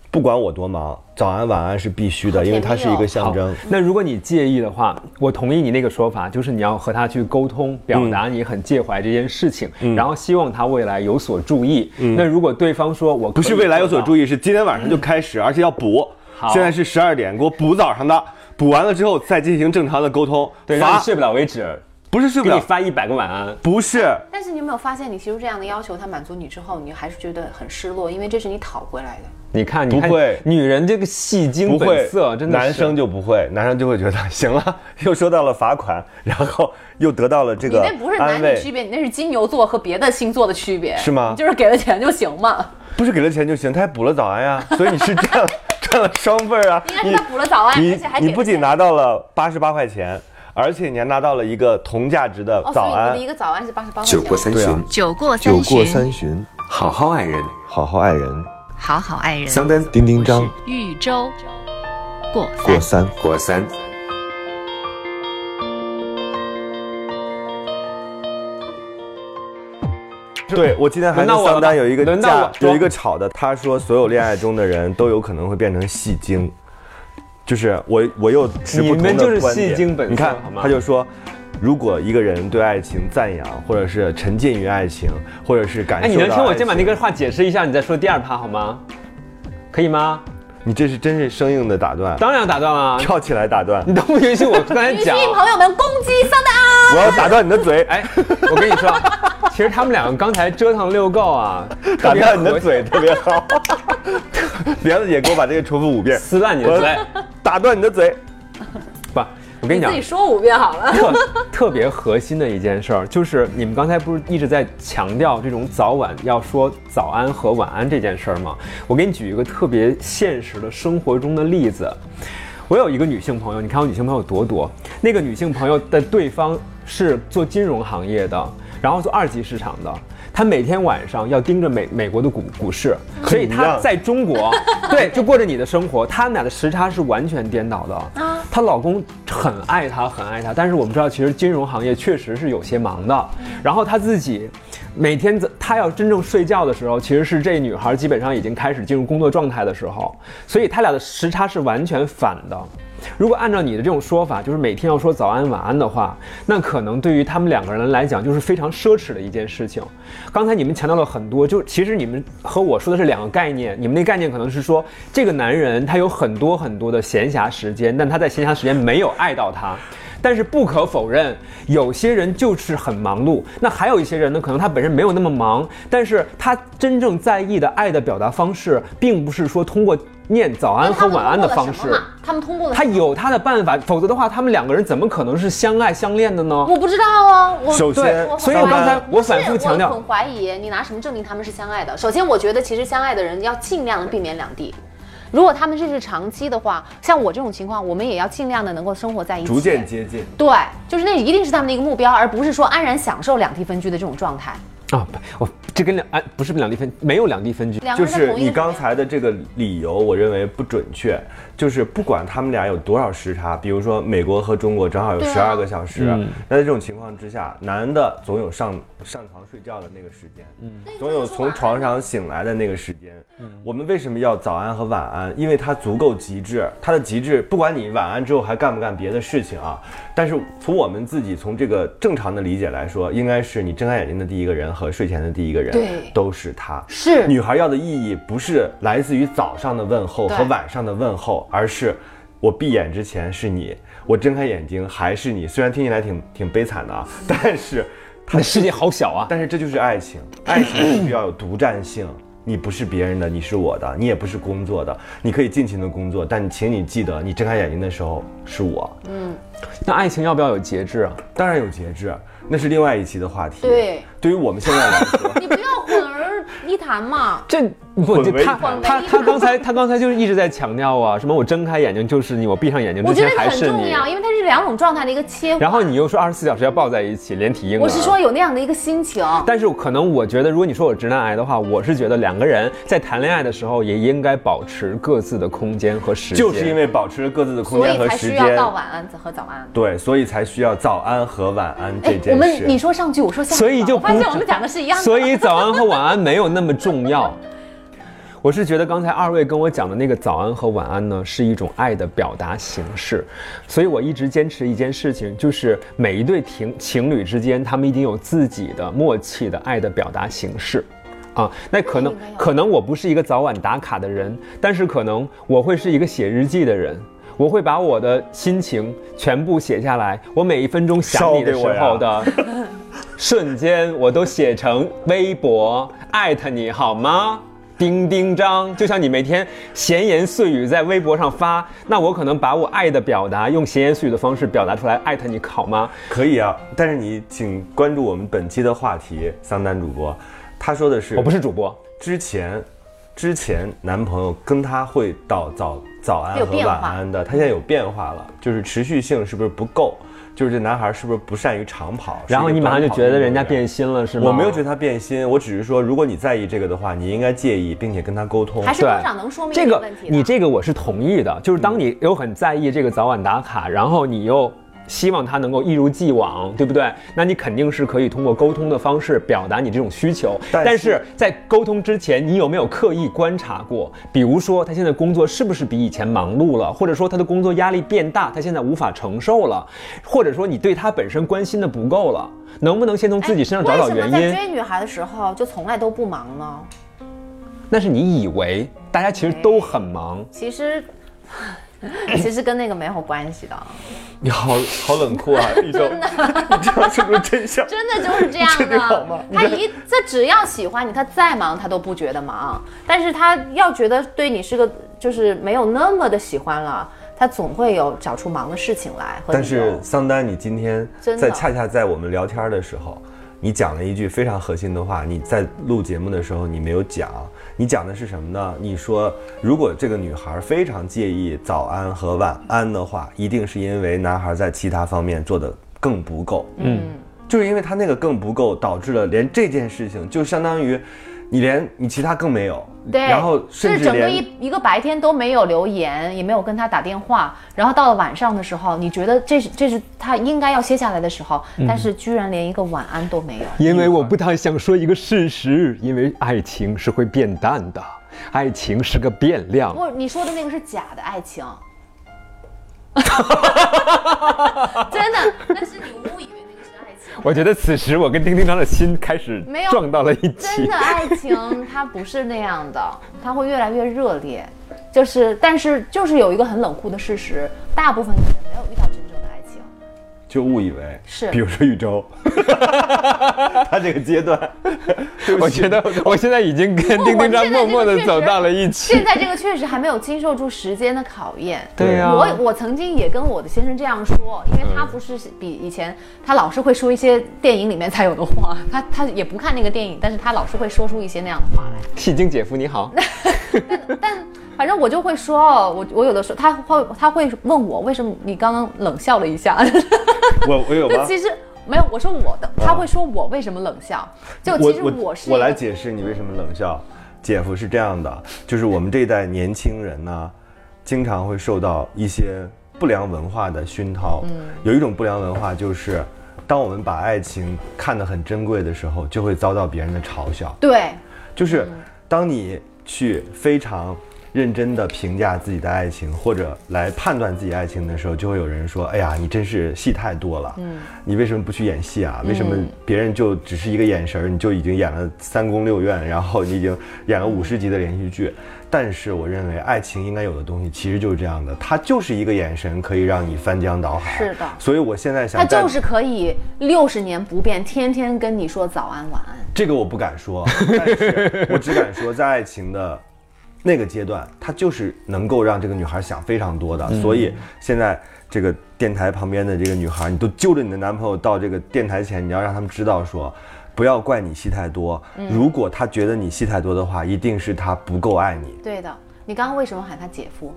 [SPEAKER 3] 不管我多忙，早安晚安是必须的，
[SPEAKER 4] 好
[SPEAKER 3] 因
[SPEAKER 4] 甜蜜哦
[SPEAKER 3] 为它是一个象
[SPEAKER 5] 好
[SPEAKER 3] 征。。
[SPEAKER 5] 那如果你介意的话，我同意你那个说法，就是你要和他去沟通，表达你很介怀这件事情，
[SPEAKER 3] 嗯
[SPEAKER 5] 然后希望他未来有所注意。那如果对方说我
[SPEAKER 3] 不是未来有所注
[SPEAKER 5] 意，
[SPEAKER 3] 意，是今天晚上就开始，而且要补
[SPEAKER 5] 嗯好。
[SPEAKER 3] 现在是十二点，给我补早上的，补完了之后再进行正常的沟通。
[SPEAKER 5] 对，让你
[SPEAKER 3] 罚
[SPEAKER 5] 睡不了为止，
[SPEAKER 3] 不是睡不
[SPEAKER 5] 给你
[SPEAKER 3] 了，
[SPEAKER 5] 发一百个晚安。
[SPEAKER 3] 不是
[SPEAKER 4] 但是你有没有发现，你提出这样的要求，他满足你之后，你还是觉得很失落，因为这是你讨回来的。
[SPEAKER 5] 你看，你看，
[SPEAKER 3] 不会
[SPEAKER 5] 女人这个戏精
[SPEAKER 3] 不会
[SPEAKER 5] 本色，真的是
[SPEAKER 3] 男生就不会，男生就会觉得行了， 又收到了罚款，然后又得到了这
[SPEAKER 4] 你
[SPEAKER 3] 个
[SPEAKER 4] 那不是
[SPEAKER 3] 安
[SPEAKER 4] 男女区
[SPEAKER 3] 慰，
[SPEAKER 4] 别，你那是金牛座和别的星座的区别，
[SPEAKER 3] 是吗
[SPEAKER 4] 你就是给了钱就行 嘛。
[SPEAKER 3] 不是给了钱就行，他还补了早安呀， 所以你是赚了赚了双倍儿啊
[SPEAKER 4] 应该！是他补了早安，
[SPEAKER 3] 你
[SPEAKER 4] 而且还给
[SPEAKER 3] 你
[SPEAKER 4] 了
[SPEAKER 3] 不仅
[SPEAKER 4] 钱
[SPEAKER 3] 拿到了八十八块钱，而且你还拿到了一个同价值的
[SPEAKER 4] 哦，所以
[SPEAKER 3] 早
[SPEAKER 4] 你们
[SPEAKER 3] 安
[SPEAKER 4] 的一。个早安是八十八块
[SPEAKER 1] 酒
[SPEAKER 4] 钱。
[SPEAKER 1] 过三
[SPEAKER 3] 对啊
[SPEAKER 1] 巡，
[SPEAKER 2] 酒过
[SPEAKER 1] 酒
[SPEAKER 2] 三
[SPEAKER 1] 过
[SPEAKER 2] 巡，
[SPEAKER 1] 三巡，好好爱人。
[SPEAKER 3] 好好爱人，
[SPEAKER 2] 好好爱人。
[SPEAKER 1] 桑丹叮叮
[SPEAKER 2] 是
[SPEAKER 1] 张
[SPEAKER 2] 豫州过
[SPEAKER 1] 过
[SPEAKER 2] 三。
[SPEAKER 1] 三过三。
[SPEAKER 3] 对我今天还
[SPEAKER 5] 轮到
[SPEAKER 3] 跟
[SPEAKER 5] 我了
[SPEAKER 3] 桑丹
[SPEAKER 5] 吧
[SPEAKER 3] 有一个
[SPEAKER 5] 轮到
[SPEAKER 3] 架
[SPEAKER 5] 我说
[SPEAKER 3] 有一个吵的，他说所有恋爱中的人都有可能会变成戏精，就是我我又持不同的
[SPEAKER 5] 你们就是
[SPEAKER 3] 观点
[SPEAKER 5] 戏精本色
[SPEAKER 3] 你看
[SPEAKER 5] 好吗
[SPEAKER 3] 他就说。如果一个人对爱情赞扬，或者是沉浸于爱情，或者是感受到，
[SPEAKER 5] 哎，你能听我先把那个，话解释一下，你再说第二趴好吗？可以吗？
[SPEAKER 3] 你这是真是生硬的打断，
[SPEAKER 5] 当然要打断了，啊
[SPEAKER 3] 跳起来打断
[SPEAKER 5] 你，都不允许我刚才
[SPEAKER 4] 允许
[SPEAKER 5] 讲。
[SPEAKER 4] 朋友们攻击桑丹啊！
[SPEAKER 3] 我要打断你的嘴，
[SPEAKER 5] 哎，我跟你说，其实他们两个刚才折腾遛够啊，
[SPEAKER 3] 打断你
[SPEAKER 5] 特
[SPEAKER 3] 的
[SPEAKER 5] 别和
[SPEAKER 3] 嘴特别好。 莲子姐给我把这个重复五遍，
[SPEAKER 5] 撕烂你的嘴，
[SPEAKER 3] 我打断你的嘴，
[SPEAKER 5] 不，我跟你讲啊
[SPEAKER 4] 自己。说五遍好了。
[SPEAKER 5] 特特别核心的一件事儿，就是你们刚才不是一直在强调这种早晚要说早安和晚安这件事儿吗？我给你举一个特别现实的生活中的例子，我有一个女性朋友，你看我女性朋友多多，那个女性朋友的对方是做金融行业的，然后做二级市场的，她每天晚上要盯着美美国的股股市，所以
[SPEAKER 3] 一
[SPEAKER 5] 她
[SPEAKER 3] 样
[SPEAKER 5] 在中国，对，就过着你的生活，她们俩的时差是完全颠倒的。她老公很爱她，很爱她，但是我们知道，其实金融行业确实是有些忙的，然后她自己。每天在她要真正睡觉的时候，其实是这女孩基本上已经开始进入工作状态的时候，所以她俩的时差是完全反的。如果按照你的这种说法，就是每天要说早安晚安的话，那可能对于他们两个人来讲就是非常奢侈的一件事情。刚才你们强调了很多，就其实你们和我说的是两个概念，你们那概念可能是说这个男人他有很多很多的闲暇时间，但他在闲暇时间没有爱到她。但是不可否认，有些人就是很忙碌，那还有一些人呢，可能他本身没有那么忙，但是他真正在意的爱的表达方式，并不是说通过念早安和晚安的方式。
[SPEAKER 4] 啊他们通过了
[SPEAKER 5] 他
[SPEAKER 4] 什么嘛，他们通过了什么。
[SPEAKER 5] 有他的办法，否则的话，他们两个人怎么可能是相爱相恋的呢？
[SPEAKER 4] 我不知道啊，我
[SPEAKER 3] 首先
[SPEAKER 5] 对
[SPEAKER 4] 我，
[SPEAKER 5] 所以我刚才我反复强
[SPEAKER 4] 不是
[SPEAKER 5] 调
[SPEAKER 4] 我很，怀疑你拿什么证明他们是相爱的？首先，我觉得其实相爱的人要尽量避免两地。如果他们这是长期的话，像我这种情况，我们也要尽量的能够生活在一起，
[SPEAKER 3] 逐渐接近。
[SPEAKER 4] 对，就是那一定是他们的一个目标，而不是说安然享受两地分居的这种状态。
[SPEAKER 5] 啊，不我这跟两哎不是两地分，没有两地分居。
[SPEAKER 4] 两个
[SPEAKER 3] 就
[SPEAKER 4] 人在
[SPEAKER 3] 是
[SPEAKER 4] 同一
[SPEAKER 3] 你
[SPEAKER 4] 个
[SPEAKER 3] 刚
[SPEAKER 4] 房间
[SPEAKER 3] 才的这个理由，我认为不准确。就是不管他们俩有多少时差，比如说美国和中国正好有
[SPEAKER 4] 对啊
[SPEAKER 3] 十二个小时，
[SPEAKER 5] 嗯
[SPEAKER 3] 那在这种情况之下，男的总有上上床睡觉的那个时间，总有从床上醒来的那个时间。我们为什么要早安和晚安？因为它足够极致，它的极致，不管你晚安之后还干不干别的事情啊，但是从我们自己从这个正常的理解来说，应该是你睁开眼睛的第一个人和睡前的第一个人，
[SPEAKER 4] 对
[SPEAKER 3] 都是他。
[SPEAKER 4] 是
[SPEAKER 3] 女孩要的意义不是来自于早上的问候
[SPEAKER 4] 对
[SPEAKER 3] 和晚上的问候，而是我闭眼之前是你，我睁开眼睛还是你。虽然听起来挺挺悲惨的啊，
[SPEAKER 4] 嗯
[SPEAKER 3] 但是
[SPEAKER 5] 他的 世界好小啊！
[SPEAKER 3] 但是这就是爱情， 爱情必须要有独占性。你不是别人的，你是我的，你也不是工作的，你可以尽情的工作，但请你记得，你睁开眼睛的时候是我。
[SPEAKER 5] 那爱情要不要有节制啊？。
[SPEAKER 3] 当然有节制，那是另外一期的话题。
[SPEAKER 4] 对，
[SPEAKER 3] 对于我们现在来 说，
[SPEAKER 4] 你不要混而一谈嘛
[SPEAKER 5] 这不，
[SPEAKER 3] 混
[SPEAKER 5] 这
[SPEAKER 3] 为
[SPEAKER 5] 他
[SPEAKER 3] 一
[SPEAKER 5] 他
[SPEAKER 3] 谈
[SPEAKER 5] 他他 刚才他刚才就是一直在强调啊，什么我睁开眼睛就是你，我闭上眼睛
[SPEAKER 4] 我
[SPEAKER 5] 之
[SPEAKER 4] 觉得
[SPEAKER 5] 前
[SPEAKER 4] 这
[SPEAKER 5] 还
[SPEAKER 4] 个很
[SPEAKER 5] 是
[SPEAKER 4] 重
[SPEAKER 5] 你。
[SPEAKER 4] 要，因为它是是两种状态的一个切换。
[SPEAKER 5] 然后你又说二十四小时要抱在一起，连体婴儿。啊
[SPEAKER 4] 我是说有那样的一个心情，
[SPEAKER 5] 但是可能我觉得，如果你说我直男癌的话，我是觉得两个人在谈恋爱的时候也应该保持各自的空间和时间。
[SPEAKER 3] 就是因为保持各自的空
[SPEAKER 4] 所
[SPEAKER 3] 间
[SPEAKER 4] 以
[SPEAKER 3] 和
[SPEAKER 4] 才
[SPEAKER 3] 时
[SPEAKER 4] 需要
[SPEAKER 3] 间，
[SPEAKER 4] 到晚安和早安。哎
[SPEAKER 3] 对，所以才需要早安和晚安这件事。
[SPEAKER 4] 我们你说上句，我说下句吧，
[SPEAKER 5] 所以就
[SPEAKER 4] 我发现
[SPEAKER 5] 不
[SPEAKER 4] 我们讲的是一样的。
[SPEAKER 5] 所以早安和晚安没有那么重要。我是觉得刚才二位跟我讲的那个早安和晚安呢，是一种爱的表达形式，所以我一直坚持一件事情，就是每一对情情侣之间，他们一定有自己的默契的爱的表达形式。啊，那可能
[SPEAKER 4] 应该有
[SPEAKER 5] 可能我不是一个早晚打卡的人，但是可能我会是一个写日记的人，我会把我的心情全部写下来，我每一分钟想你的时候的瞬间，我都写成微博艾特你好吗？丁丁张，就像你每天闲言碎语在微博上发，那我可能把我爱的表达用闲言碎语的方式表达出来，艾特你好吗？
[SPEAKER 3] 可以啊，但是你请关注我们本期的话题桑丹主播，他说的是
[SPEAKER 5] 我不是主播，
[SPEAKER 3] 之前，之前男朋友跟他会到早早安
[SPEAKER 4] 有
[SPEAKER 3] 和
[SPEAKER 4] 变化
[SPEAKER 3] 晚安的，他现在有变化了，就是持续性是不是不够？就是这男孩是不是不善于长跑？
[SPEAKER 5] 然后
[SPEAKER 3] 是
[SPEAKER 5] 你
[SPEAKER 3] 一个
[SPEAKER 5] 马上就
[SPEAKER 3] 短跑
[SPEAKER 5] 觉得
[SPEAKER 3] 运动
[SPEAKER 5] 人家
[SPEAKER 3] 员
[SPEAKER 5] 变心了是吗？
[SPEAKER 3] 我没有觉得他变心，我只是说，如果你在意这个的话，你应该介意，并且跟他沟通
[SPEAKER 4] 还。是
[SPEAKER 5] 对
[SPEAKER 4] 多少能说明
[SPEAKER 5] 这
[SPEAKER 4] 一个
[SPEAKER 5] 个
[SPEAKER 4] 问题的。
[SPEAKER 5] 你这个我是同意的，就是当你又很在意这个早晚打卡，然后你又希望他能够一如既往，对不对？那你肯定是可以通过沟通的方式表达你这种需求。
[SPEAKER 3] 但是
[SPEAKER 5] 但是在沟通之前，你有没有刻意观察过？比如说他现在工作是不是比以前忙碌了，或者说他的工作压力变大，他现在无法承受了，或者说你对他本身关心的不够了，能不能先从自己身上找找原
[SPEAKER 4] 哎为什么
[SPEAKER 5] 因
[SPEAKER 4] 在？追女孩的时候就从来都不忙呢？
[SPEAKER 5] 那是你以为，大家其实都很忙。
[SPEAKER 4] 其实，其实跟那个没有关系的，
[SPEAKER 3] 你好好冷酷 啊，一周，你这样是不是真相？
[SPEAKER 4] 真的就是这
[SPEAKER 3] 确
[SPEAKER 4] 样
[SPEAKER 3] 定好吗
[SPEAKER 4] 的。 他一他只要喜欢你，他再忙他都不觉得忙，但是他要觉得对你是个就是没有那么的喜欢了，他总会有找出忙的事情来和理由。
[SPEAKER 3] 但是桑丹，你今天
[SPEAKER 4] 真的
[SPEAKER 3] 在恰恰在我们聊天的时候，你讲了一句非常核心的话。你在录节目的时候你没有讲，你讲的是什么呢？你说如果这个女孩非常介意早安和晚安的话，一定是因为男孩在其他方面做的更不够。嗯，就是因为他那个更不够，导致了连这件事情就相当于你连你其他更没有，
[SPEAKER 4] 对，
[SPEAKER 3] 然后甚
[SPEAKER 4] 是
[SPEAKER 3] 至
[SPEAKER 4] 整个
[SPEAKER 3] 连
[SPEAKER 4] 一一个白天都没有留言，也没有跟他打电话，然后到了晚上的时候，你觉得这是这是他应该要歇下来的时候，但是居然连一个晚安都没有。
[SPEAKER 5] 因为我不太想说一个事实，因为爱情是会变淡的，爱情是个变量。
[SPEAKER 4] 不，你说的那个是假的爱 情，真的， 那是你误以为那个是爱情。
[SPEAKER 5] 我觉得此时我跟丁丁张的心开始
[SPEAKER 4] 没有
[SPEAKER 5] 撞到了一
[SPEAKER 4] 真
[SPEAKER 5] 起
[SPEAKER 4] 的。爱 情它不是那样的，它会越来越热烈。就是，但是就是有一个很冷酷的事实，大部分的人没有遇到真正的爱情。
[SPEAKER 3] 就误以为
[SPEAKER 4] 是
[SPEAKER 3] 比如说宇 宙，他这个阶段，对不
[SPEAKER 5] 我
[SPEAKER 3] 起
[SPEAKER 5] 觉得我现在已经跟丁丁张默默的走到了一
[SPEAKER 4] 现
[SPEAKER 5] 起。
[SPEAKER 4] 在这个确实还没有经受住时间的考验。
[SPEAKER 5] 对
[SPEAKER 3] 啊
[SPEAKER 5] 啊呀、
[SPEAKER 4] 我我曾经也跟我的先生这样说，因为
[SPEAKER 3] 嗯
[SPEAKER 4] 他不是比以前，他老是会说一些电影里面才有的话，他他也不看那个电影，但是他老是会说出一些那样的话来。
[SPEAKER 5] 戏精姐夫你好，
[SPEAKER 4] 反正我就会说，哦，我我有的时候他会他会问我为什么你刚刚冷笑了一下，
[SPEAKER 3] 我我有
[SPEAKER 4] 就
[SPEAKER 3] 吗？
[SPEAKER 4] 其实没有，我说我的，他会说我为什么冷笑，就其实我
[SPEAKER 3] 嗯
[SPEAKER 4] 是
[SPEAKER 3] 我来
[SPEAKER 4] 一个
[SPEAKER 3] 解释你为什么冷笑。姐夫是这样的，就是我们这一代年轻人呢，经常会受到一些不良文化的熏陶。
[SPEAKER 4] 嗯
[SPEAKER 3] 有一种不良文化就是，当我们把爱情看得很珍贵的时候，就会遭到别人的嘲笑。
[SPEAKER 4] 对
[SPEAKER 3] 就是
[SPEAKER 4] 嗯
[SPEAKER 3] 当你去非常认真的评价自己的爱情，或者来判断自己爱情的时候，就会有人说：“哎呀，你真是戏太多了，
[SPEAKER 4] 嗯
[SPEAKER 3] 你为什么不去演戏啊？为什么别人就只是一个眼神儿，你就已经演了三宫六院，然后你已经演了五十集的连续剧？”但是我认为爱情应该有的东西其实就是这样的，它就是一个眼神可以让你翻江倒海。
[SPEAKER 4] 是的
[SPEAKER 3] 所以我现在
[SPEAKER 4] 他
[SPEAKER 3] 想带
[SPEAKER 4] 就是可以六十年不变，天天跟你说早安晚安。
[SPEAKER 3] 这个我不敢说，啊但是我只敢说，在爱情的那个阶段，他就是能够让这个女孩想非常多的。所以现在这个电台旁边的这个女孩，你都揪着你的男朋友到这个电台前，你要让他们知道说。不要嗯怪你戏太多，如果他觉得你戏太多的话，一定是他不够爱你。
[SPEAKER 4] 对的，你刚刚为什么喊他姐夫？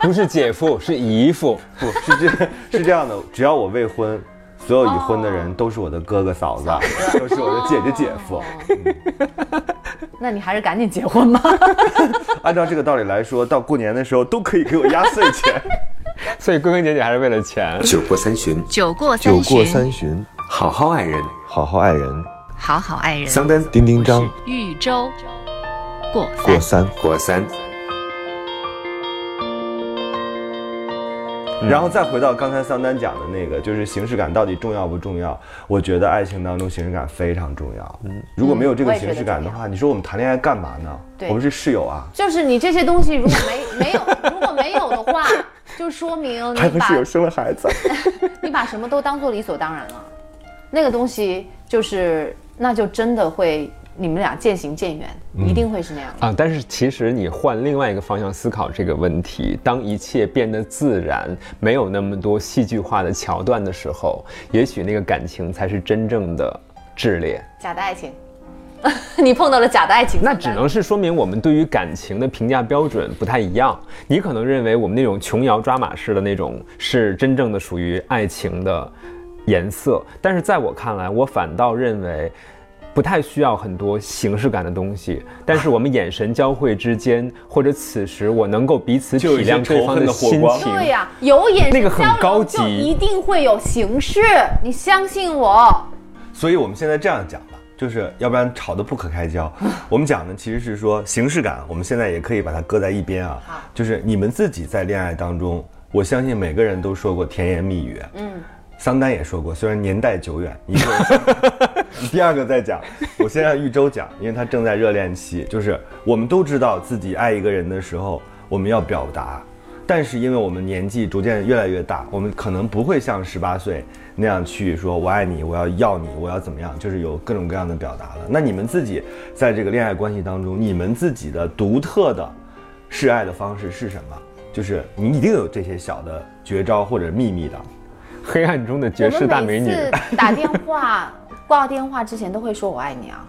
[SPEAKER 5] 不是姐夫，是姨父。
[SPEAKER 3] 不是这是这样的，只要我未婚，所有已婚的人都是我的哥哥哦嫂子，哦都是我的姐姐姐夫。
[SPEAKER 4] 那你还是赶紧结婚吧。
[SPEAKER 3] 按照这个道理来说，到过年的时候都可以给我压岁钱。
[SPEAKER 5] 所以归根结底还是为了钱。
[SPEAKER 1] 酒过三巡，
[SPEAKER 2] 酒过
[SPEAKER 3] 酒
[SPEAKER 2] 三
[SPEAKER 3] 过
[SPEAKER 2] 巡，
[SPEAKER 3] 三巡，
[SPEAKER 1] 好好爱人。
[SPEAKER 3] 好好爱人。
[SPEAKER 2] 好好爱人。
[SPEAKER 1] 桑丹丁丁张
[SPEAKER 2] 豫州过
[SPEAKER 3] 过
[SPEAKER 2] 三，
[SPEAKER 3] 三，
[SPEAKER 1] 过三，
[SPEAKER 3] 然后再回到刚才桑丹讲的那个，就是形式感到底重要不重要？我觉得爱情当中形式感非常重要。嗯，如果没有这
[SPEAKER 4] 我
[SPEAKER 3] 个
[SPEAKER 4] 也觉得
[SPEAKER 3] 形式感的话，你说我们谈恋爱干嘛呢？
[SPEAKER 4] 对
[SPEAKER 3] 我们是室友啊，
[SPEAKER 4] 就是你这些东西如果没没有，如果没有的 话，就说明
[SPEAKER 3] 还和
[SPEAKER 4] 你把
[SPEAKER 3] 室友生了孩子。
[SPEAKER 4] 你把什么都当做理所当然了。那个东西就是，那就真的会你们俩渐行渐远，一定会是那样的。
[SPEAKER 5] 啊，但是其实你换另外一个方向思考这个问题，当一切变得自然，没有那么多戏剧化的桥段的时候，也许那个感情才是真正的炽烈。
[SPEAKER 4] 假的爱情， 你碰到了假的爱情，
[SPEAKER 5] 那只能是说明我们对于感情的评价标准不太一样。你可能认为我们那种琼瑶抓马式的那种是真正的属于爱情的颜色，但是在我看来，我反倒认为。不太需要很多形式感的东西，但是我们眼神交汇之间，或者此时我能够彼此体
[SPEAKER 3] 就有一些
[SPEAKER 5] 谅对
[SPEAKER 3] 仇
[SPEAKER 5] 方
[SPEAKER 3] 恨
[SPEAKER 5] 的
[SPEAKER 3] 的火
[SPEAKER 5] 心
[SPEAKER 3] 光
[SPEAKER 5] 情，
[SPEAKER 4] 对呀、有眼神
[SPEAKER 5] 那个很
[SPEAKER 4] 交流
[SPEAKER 5] 高级
[SPEAKER 4] 就一定会有形式，你相信我。
[SPEAKER 3] 所以我们现在这样讲吧，就是要不然吵得不可开交。我们讲的其实是说形式感，我们现在也可以把它搁在一边啊
[SPEAKER 4] 好。
[SPEAKER 3] 就是你们自己在恋爱当中，我相信每个人都说过甜言蜜语，嗯。桑丹也说过，虽然年代久远，一个人 第二个再讲，我先让玉州讲，因为他正在热恋期。就是我们都知道自己爱一个人的时候，我们要表达，但是因为我们年纪逐渐越来越大，我们可能不会像十八岁那样去说“我爱你”“我要要你”“我要怎么样”，就是有各种各样的表达了。那你们自己在这个恋爱关系当中，你们自己的独特的示爱的方式是什么？就是你一定有这些小的绝招或者秘密的。
[SPEAKER 5] 黑暗中的绝世大美女
[SPEAKER 4] 我，们每次 打电话挂电话之前都会说我爱你啊，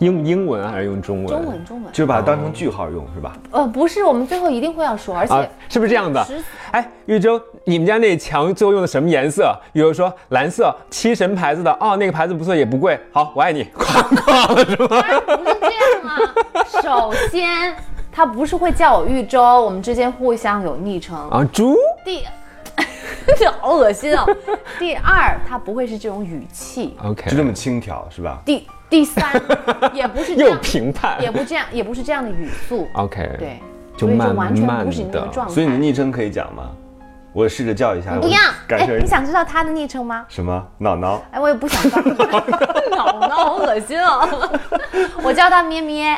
[SPEAKER 5] 用英文还是用中文？啊
[SPEAKER 4] 中文中文。
[SPEAKER 3] 就是把它当成句号用，是吧？
[SPEAKER 4] 呃，不是，我们最后一定会要说，而且、
[SPEAKER 5] 啊，是不是这样的
[SPEAKER 4] 十？
[SPEAKER 5] 哎，玉州，你们家那墙最后用的什么颜色？比如说蓝色，七神牌子的，哦，那个牌子不错，也不贵。好，我爱你，哐哐了是吗？
[SPEAKER 4] 不是这样啊。首先，他不是会叫我玉州，我们之间互相有昵称。
[SPEAKER 5] 啊，猪，
[SPEAKER 4] 第， 这好恶心哦。第二，他不会是这种语气。
[SPEAKER 5] OK，
[SPEAKER 3] 就这么轻佻，是吧？
[SPEAKER 4] 第第三，也不是这
[SPEAKER 5] 又
[SPEAKER 4] 样，
[SPEAKER 5] 评判
[SPEAKER 4] 也不这样，也不是这样的语速。
[SPEAKER 5] ，OK，
[SPEAKER 4] 对，
[SPEAKER 5] 就
[SPEAKER 4] 所以
[SPEAKER 5] 慢
[SPEAKER 4] 完全
[SPEAKER 5] 慢
[SPEAKER 4] 不是你那个
[SPEAKER 5] 地
[SPEAKER 4] 状态。
[SPEAKER 3] 所以你的昵称可以讲吗？我试着叫一下。
[SPEAKER 4] 不要
[SPEAKER 3] 我，感
[SPEAKER 4] 哎
[SPEAKER 3] 受，一
[SPEAKER 4] 你
[SPEAKER 3] 下
[SPEAKER 4] 想知道他的昵称吗？
[SPEAKER 3] 什么？脑脑。
[SPEAKER 4] 哎，我也不想叫他 脑脑，好恶心哦！ 我叫他咩咩，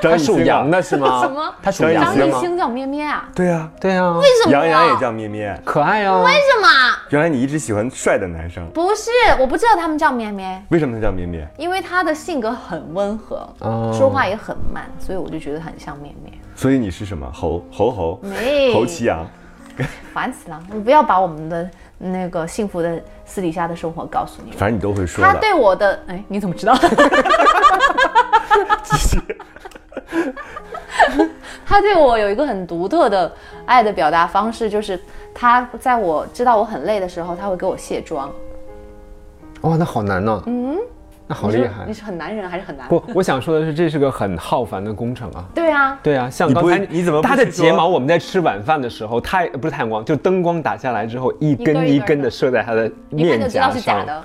[SPEAKER 3] 张
[SPEAKER 5] 他
[SPEAKER 3] 艺兴啊
[SPEAKER 5] 属羊。的是吗？
[SPEAKER 4] 什么
[SPEAKER 5] 他属
[SPEAKER 3] 张艺
[SPEAKER 5] 羊
[SPEAKER 4] 张
[SPEAKER 5] 的
[SPEAKER 4] 艺
[SPEAKER 5] 吗？
[SPEAKER 4] 兴叫咩咩啊？
[SPEAKER 3] 对啊，
[SPEAKER 5] 对啊，
[SPEAKER 4] 为什么？
[SPEAKER 3] 杨洋也叫咩咩。
[SPEAKER 5] 可爱啊，
[SPEAKER 4] 为什么？
[SPEAKER 3] 原来你一直喜欢帅的男生，
[SPEAKER 4] 不是，我不知道他们叫咩咩，
[SPEAKER 3] 为什么他叫咩咩？
[SPEAKER 4] 因为他的性格很温和，
[SPEAKER 5] 哦
[SPEAKER 4] 说话也很慢，所以我就觉得很像咩咩，
[SPEAKER 3] 所以你是什么猴猴猴
[SPEAKER 4] 没
[SPEAKER 3] 猴齐羊？
[SPEAKER 4] 烦死了！你不要把我们的那个幸福的私底下的生活告诉你。
[SPEAKER 3] 反正你都会说
[SPEAKER 4] 他
[SPEAKER 3] 的。
[SPEAKER 4] 对我的，哎，你怎么 知道？ 他对我有一个很独特的爱的表达方式，就是他在我知道我很累的时候，他会给我卸妆。
[SPEAKER 5] 哇，那好难呢。嗯，那好
[SPEAKER 4] 你是
[SPEAKER 5] 厉害
[SPEAKER 4] 你。是很男人还是很男？
[SPEAKER 5] 不，我想说的是，这是个很耗繁的工程啊。
[SPEAKER 4] 对啊，
[SPEAKER 5] 对啊，像
[SPEAKER 3] 你不
[SPEAKER 5] 刚
[SPEAKER 3] 会
[SPEAKER 5] 才
[SPEAKER 3] 你怎么不
[SPEAKER 5] 他的
[SPEAKER 3] 是
[SPEAKER 5] 睫
[SPEAKER 3] 说
[SPEAKER 5] 毛，我们在吃晚饭的时候，太不是太阳光，就灯光打下来之后，一
[SPEAKER 4] 根儿
[SPEAKER 5] 根
[SPEAKER 4] 一
[SPEAKER 5] 一
[SPEAKER 4] 根儿
[SPEAKER 5] 根
[SPEAKER 4] 的
[SPEAKER 5] 的射在他的
[SPEAKER 4] 一看
[SPEAKER 5] 面
[SPEAKER 4] 就知
[SPEAKER 5] 颊
[SPEAKER 4] 道是假
[SPEAKER 5] 上。
[SPEAKER 4] 的。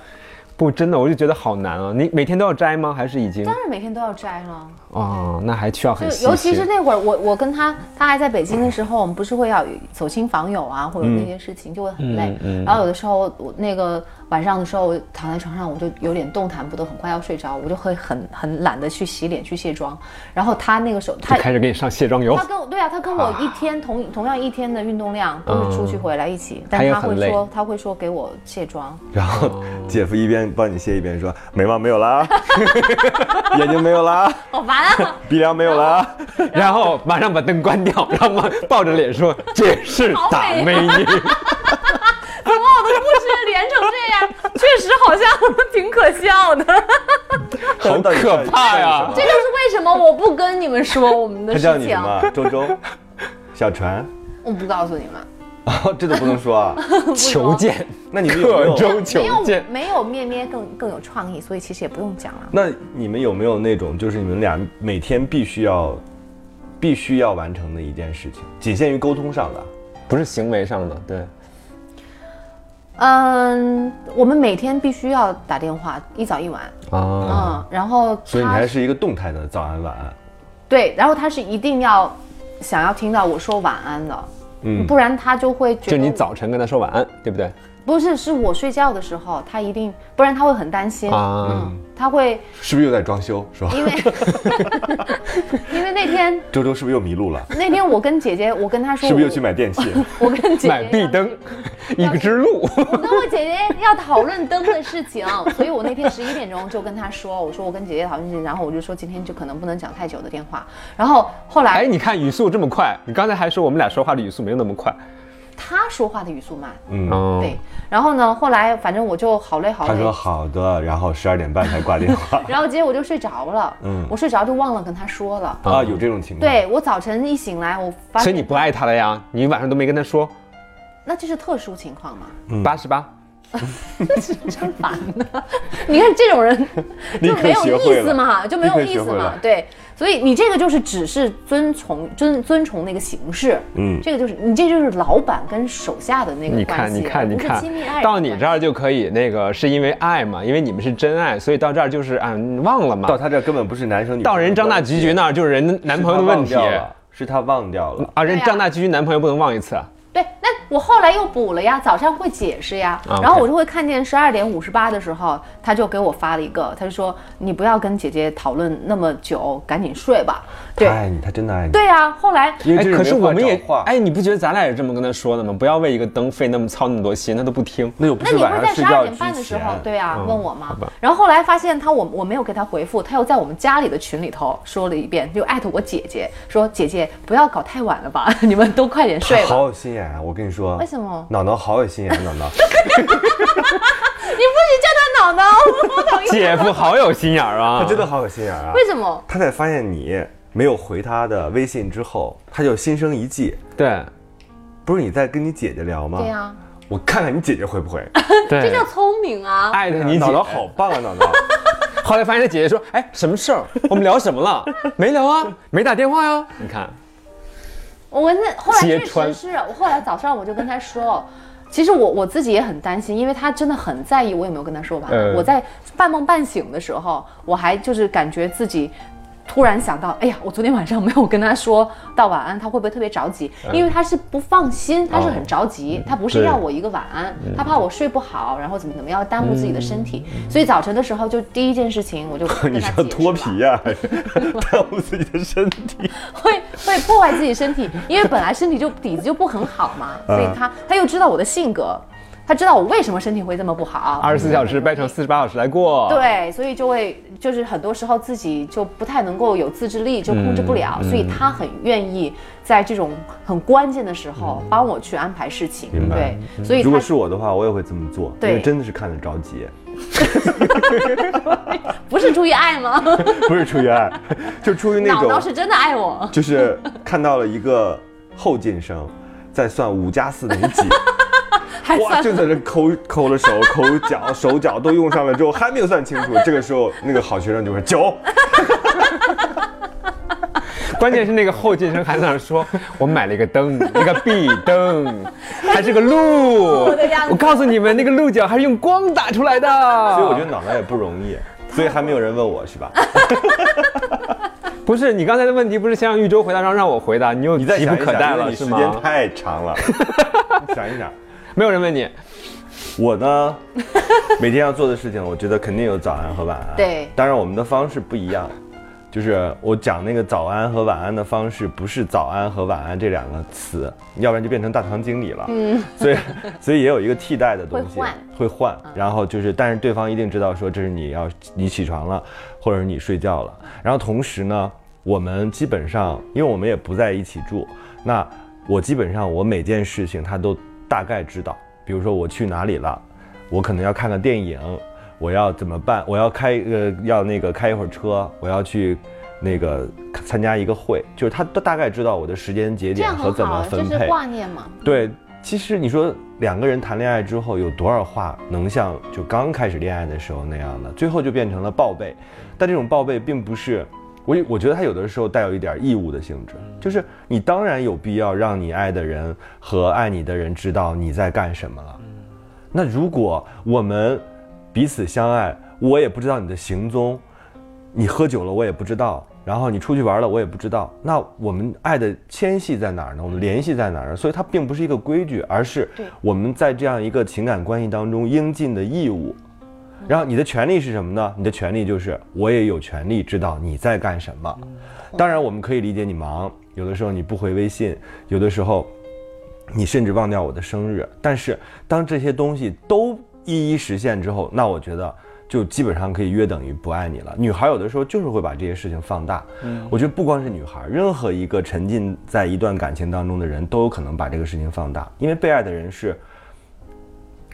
[SPEAKER 5] 不，真的，我就觉得好难啊！你每天都要摘吗？还是已经？
[SPEAKER 4] 当然每天都要摘了，
[SPEAKER 5] 哦，那还需要
[SPEAKER 4] 就
[SPEAKER 5] 很细心。
[SPEAKER 4] 尤其是那会儿，我我跟他，他还在北京的时候，我们不是会要走亲访友啊，或者
[SPEAKER 5] 嗯
[SPEAKER 4] 那些事情，就会很累。然后有的时候我那个晚上的时候，我躺在床上，我就有点动弹不得，很快要睡着，我就会很很懒得去洗脸去卸妆。然后他那个时候，他
[SPEAKER 5] 就开始给你哦上卸妆油
[SPEAKER 4] 他，跟我对啊，他跟我一天同同样一天的运动量都是出去回来一起，
[SPEAKER 5] 嗯他
[SPEAKER 4] 但
[SPEAKER 5] 也
[SPEAKER 4] 他
[SPEAKER 5] 很
[SPEAKER 4] 会
[SPEAKER 5] 累
[SPEAKER 4] 说他会说给我卸妆，
[SPEAKER 3] 然后
[SPEAKER 5] 哦
[SPEAKER 3] 姐夫一边帮你卸一边说眉毛没有啦， 眼睛没有啦，
[SPEAKER 4] 好烦啊，
[SPEAKER 3] 鼻梁没有啦。
[SPEAKER 5] 然后马上把灯关掉，然后嘛抱着脸说：“这是
[SPEAKER 4] 好
[SPEAKER 5] 大
[SPEAKER 4] 美啊
[SPEAKER 5] 美女。
[SPEAKER 4] 怎么我的故事连成这样？ 确实好像挺可笑的。
[SPEAKER 3] 好
[SPEAKER 5] 可怕呀啊
[SPEAKER 4] 这就是为什么么我不跟你们说我们的
[SPEAKER 3] 他叫
[SPEAKER 4] 事
[SPEAKER 3] 你
[SPEAKER 4] 情
[SPEAKER 3] 什？么？周周，小船，
[SPEAKER 4] 我不告诉你们。
[SPEAKER 3] 哦，这都不能说啊。
[SPEAKER 5] 求见，
[SPEAKER 3] 那你们有 没
[SPEAKER 5] 刻
[SPEAKER 3] 有？
[SPEAKER 5] 舟求
[SPEAKER 4] 没有
[SPEAKER 5] 剑。
[SPEAKER 4] 没有咩咩更更有创意，所以其实也不用讲了。
[SPEAKER 3] 那你们有没有那种就是你们俩每天必须要，必须要完成的一件事情，仅限于沟通上的？啊
[SPEAKER 5] 不是行为上的，对，
[SPEAKER 4] 嗯，我们每天必须要打电话，一早一晚。
[SPEAKER 5] 啊，
[SPEAKER 4] 嗯，然后
[SPEAKER 3] 所以你
[SPEAKER 4] 他
[SPEAKER 3] 还是一个动态的早安晚安。
[SPEAKER 4] 对，然后他是一定要想要听到我说晚安的，
[SPEAKER 3] 嗯
[SPEAKER 4] 不然他就会觉得
[SPEAKER 5] 就你
[SPEAKER 4] 我
[SPEAKER 5] 早晨跟他说晚安，对不对？
[SPEAKER 4] 不是是我睡觉的时候，他一定不然他会很担心，
[SPEAKER 5] 啊，
[SPEAKER 4] 嗯，他会
[SPEAKER 3] 是不是又在装修？是吧？
[SPEAKER 4] 因为因为那天
[SPEAKER 3] 周周是不是又迷路了？
[SPEAKER 4] 那天我跟姐姐，我跟她说，
[SPEAKER 3] 是不是又去买电器？
[SPEAKER 4] 我？我跟姐姐
[SPEAKER 5] 买壁
[SPEAKER 4] 要
[SPEAKER 5] 灯，一只 鹿，
[SPEAKER 4] 我跟我姐姐要讨论灯的事情，所以我那天十一点钟就跟她说，我说我跟姐姐讨论事情，然后我就说今天就可能不能讲太久的电话。然后后
[SPEAKER 5] 哎，
[SPEAKER 4] 来
[SPEAKER 5] 你看语速这么快，你刚才还说我们俩说话的语速没有那么快，
[SPEAKER 4] 她说话的语速慢，
[SPEAKER 3] 嗯，
[SPEAKER 5] 哦，
[SPEAKER 4] 对。然后呢，后来反正我就好累 好
[SPEAKER 3] 他说
[SPEAKER 4] 累，
[SPEAKER 3] 好的，然后十二点半才挂电 话
[SPEAKER 4] 然后结果我就睡着了，
[SPEAKER 3] 嗯
[SPEAKER 4] 我睡着就忘了跟她说了。
[SPEAKER 3] 啊，有这种情况。，
[SPEAKER 4] 嗯对我早晨一醒来，我发
[SPEAKER 5] 嗯所以
[SPEAKER 4] 现
[SPEAKER 5] 你不爱他了呀？你晚上都没跟他说，
[SPEAKER 4] 那这是特殊情况嘛？
[SPEAKER 5] 八十八，
[SPEAKER 4] 真烦呢、你看这种人
[SPEAKER 3] 立
[SPEAKER 4] 就
[SPEAKER 3] 刻
[SPEAKER 4] 没有
[SPEAKER 3] 学会
[SPEAKER 4] 意思嘛，就没有
[SPEAKER 3] 立刻
[SPEAKER 4] 意
[SPEAKER 3] 学
[SPEAKER 4] 思
[SPEAKER 3] 会
[SPEAKER 4] 嘛
[SPEAKER 3] 了，
[SPEAKER 4] 对。所以你这个就是只是遵从遵遵从那个形式，
[SPEAKER 3] 嗯
[SPEAKER 4] 这个就是你这就是老板跟手下的那个
[SPEAKER 5] 你
[SPEAKER 4] 关
[SPEAKER 5] 看，
[SPEAKER 4] 系，
[SPEAKER 5] 你看，你
[SPEAKER 4] 不是
[SPEAKER 5] 看
[SPEAKER 4] 亲密爱，人
[SPEAKER 5] 到你这儿
[SPEAKER 4] 关系
[SPEAKER 5] 就可以那个，是因为爱嘛？因为你们是真爱，所以到这儿就是啊，你忘了嘛
[SPEAKER 3] 到？他这儿根本不是男生女生的关系。
[SPEAKER 5] 到人张大菊菊那儿就是人男朋友的问
[SPEAKER 3] 是
[SPEAKER 5] 题
[SPEAKER 3] 他忘掉了是他忘掉了。
[SPEAKER 5] 啊，人
[SPEAKER 4] 对啊
[SPEAKER 5] 张大菊菊男朋友不能忘一次啊。
[SPEAKER 4] 对。那我后来又补了呀，早上会解释呀，
[SPEAKER 5] 啊
[SPEAKER 4] 然后
[SPEAKER 5] OK
[SPEAKER 4] 我就会看见十二点五十八的时候，他就给我发了一个，他就说你不要跟姐姐讨论那么久，赶紧睡吧。
[SPEAKER 3] 他
[SPEAKER 4] 对
[SPEAKER 3] 爱哎你，他真的爱你。，
[SPEAKER 4] 对呀、后来
[SPEAKER 3] 因为
[SPEAKER 5] 哎，
[SPEAKER 3] 这
[SPEAKER 5] 可是
[SPEAKER 3] 没话
[SPEAKER 5] 我们也
[SPEAKER 3] 找话，
[SPEAKER 5] 哎，你不觉得咱俩也这么跟他说的吗？不要为一个灯费那么操那么多心，他都不听。
[SPEAKER 3] 那又不
[SPEAKER 4] 那
[SPEAKER 3] 是
[SPEAKER 4] 你
[SPEAKER 3] 晚上
[SPEAKER 4] 会在
[SPEAKER 3] 睡
[SPEAKER 4] 十二
[SPEAKER 3] 觉
[SPEAKER 4] 点半的
[SPEAKER 3] 之
[SPEAKER 4] 时候
[SPEAKER 3] 前，。嗯
[SPEAKER 4] 对啊，问我吗
[SPEAKER 5] 吧？
[SPEAKER 4] 然后后来发现他我我没有给他回复，他又在我们家里的群里头说了一遍，就艾特我姐姐说：“姐姐不要搞太晚了吧， 你们都快点睡
[SPEAKER 3] 他
[SPEAKER 4] 吧。
[SPEAKER 3] 好有心眼啊！我跟你说，
[SPEAKER 4] 为什么
[SPEAKER 3] 脑脑好有心眼啊，脑 脑。”
[SPEAKER 4] 你不许叫他脑脑，我讨厌。
[SPEAKER 5] 姐夫好有心眼儿啊！
[SPEAKER 3] 他真的好有心眼 啊！
[SPEAKER 4] 为什么？
[SPEAKER 3] 他在发现你没有回他的微信之后，他就心生一计，
[SPEAKER 5] 对
[SPEAKER 3] 不是你在跟你姐姐聊吗？
[SPEAKER 4] 对呀、
[SPEAKER 3] 我看看你姐姐会 不会。
[SPEAKER 5] 对，
[SPEAKER 4] 这叫聪明啊！
[SPEAKER 5] 艾特你姐。
[SPEAKER 3] 脑脑好棒啊，脑 脑。
[SPEAKER 5] 后来发现他姐姐说：“哎，什么事儿？我们聊什么了？没聊啊，没打电话呀、你看，
[SPEAKER 4] 我那后来
[SPEAKER 5] 揭
[SPEAKER 4] 确
[SPEAKER 5] 穿
[SPEAKER 4] 实是我后来早上我就跟他说。其实我我自己也很担心，因为他真的很在意我有没有跟他说晚安。
[SPEAKER 5] 嗯
[SPEAKER 4] 我在半梦半醒的时候，我还就是感觉自己突然想到，哎呀，我昨天晚上没有跟他说到晚安，他会不会特别着急？因为他是不放心，他是很着急，他不是
[SPEAKER 5] 嗯哦对嗯
[SPEAKER 4] 要我一个晚安，他怕我睡不好，然后怎么怎么样耽误自己的身体。所以早晨的时候就第一件事情 我就跟
[SPEAKER 3] 你
[SPEAKER 4] 他
[SPEAKER 3] 说
[SPEAKER 4] 解释
[SPEAKER 3] 脱
[SPEAKER 4] 了
[SPEAKER 3] 皮呀、 耽误自己的身体。
[SPEAKER 4] 会会破坏自己身体，因为本来身体就底子就不很好嘛，所
[SPEAKER 3] 嗯
[SPEAKER 4] 以他他又知道我的性格，他知道我为什么身体会这么不好，
[SPEAKER 5] 二十四小时掰成四十八小时来过。，
[SPEAKER 4] 对，所以就会就是很多时候自己就不太能够有自制力，就控制不了，
[SPEAKER 3] 嗯
[SPEAKER 4] 所以他很愿意在这种很关键的时候帮我去安排事情，
[SPEAKER 3] 嗯明白 嗯
[SPEAKER 4] 对，所以
[SPEAKER 3] 如果
[SPEAKER 4] 他
[SPEAKER 3] 是我的话，我也会这么做，因
[SPEAKER 4] 对
[SPEAKER 3] 为真的是看得着急，
[SPEAKER 4] 不是出于爱吗？
[SPEAKER 3] 不是出于爱， 就出于那
[SPEAKER 4] 脑
[SPEAKER 3] 种
[SPEAKER 4] 脑是真的爱我，
[SPEAKER 3] 就是看到了一个后进生，在算五加四等于几，
[SPEAKER 4] 还
[SPEAKER 3] 哇，
[SPEAKER 4] 算
[SPEAKER 3] 就在这抠抠了手、抠脚、手脚都用上了之后，还没有算清楚。这个时候，那个好学生就会九，
[SPEAKER 5] 关键是那个后进生还在那儿说：“ 我买了一个灯，一个壁 灯，还是个鹿
[SPEAKER 4] 的样。子
[SPEAKER 5] 我告诉你们，那个鹿角还是用光打出来的。”
[SPEAKER 3] 所以我觉得脑袋也不容易，所以还没有人问我是吧？
[SPEAKER 5] 不是你刚才的问题，不是先让玉州回答，让让我回答，你 又
[SPEAKER 3] 你再
[SPEAKER 5] 急
[SPEAKER 3] 想
[SPEAKER 5] 不
[SPEAKER 3] 一
[SPEAKER 5] 可
[SPEAKER 3] 想，
[SPEAKER 5] 待
[SPEAKER 3] 因为
[SPEAKER 5] 了
[SPEAKER 3] 你
[SPEAKER 5] 是
[SPEAKER 3] 时间
[SPEAKER 5] 吗？
[SPEAKER 3] 太长 了，你想一想。
[SPEAKER 5] 没有人问你，
[SPEAKER 3] 我呢， 每天要做的事情，我觉得肯定有早安和晚安。
[SPEAKER 4] 对
[SPEAKER 3] 当然我们的方式不一样，就是我讲那个早安和晚安的方式，不是早安和晚安这两个词，要不然就变成大堂经理了。嗯， 所以所以也有一个替代的东西，
[SPEAKER 4] 会换嗯
[SPEAKER 3] 会换。然后就是，但是对方一定知道说这是你要你起床了，或者是你睡觉了。然后同时呢，我们基本上，因为我们也不在一起住，那我基本上我每件事情他都大概知道。比如说我去哪里了，我可能要看个电影，我要怎么办？我要开呃要那个开一会儿车，我要去。那个参加一个会，就是他都大概知道我的时间节
[SPEAKER 4] 这
[SPEAKER 3] 点
[SPEAKER 4] 样
[SPEAKER 3] 和
[SPEAKER 4] 很
[SPEAKER 3] 怎么
[SPEAKER 4] 好，这
[SPEAKER 3] 分
[SPEAKER 4] 是
[SPEAKER 3] 配。
[SPEAKER 4] 挂念嘛。
[SPEAKER 3] 对，其实你说两个人谈恋爱之后有多少话能像就刚开始恋爱的时候那样的，最后就变成了报备，但这种报备并不是。我我觉得它有的时候带有一点义务的性质，就是你当然有必要让你爱的人和爱你的人知道你在干什么了。那如果我们彼此相爱，我也不知道你的行踪，你喝酒了我也不知道，然后你出去玩了我也不知道，那我们爱的牵系在哪儿呢？我们联系在哪儿呢？所以它并不是一个规矩，而是
[SPEAKER 4] 对
[SPEAKER 3] 我们在这样一个情感关系当中应尽的义务。然后你的权利是什么呢？你的权利就是我也有权利知道你在干什么。当然，我们可以理解你忙，有的时候你不回微信，有的时候你甚至忘掉我的生日。但是当这些东西都一一实现之后，那我觉得就基本上可以约等于不爱你了。女孩有的时候就是会把这些事情放大。我觉得不光是女孩，任何一个沉浸在一段感情当中的人都有可能把这个事情放大，因为被爱的人是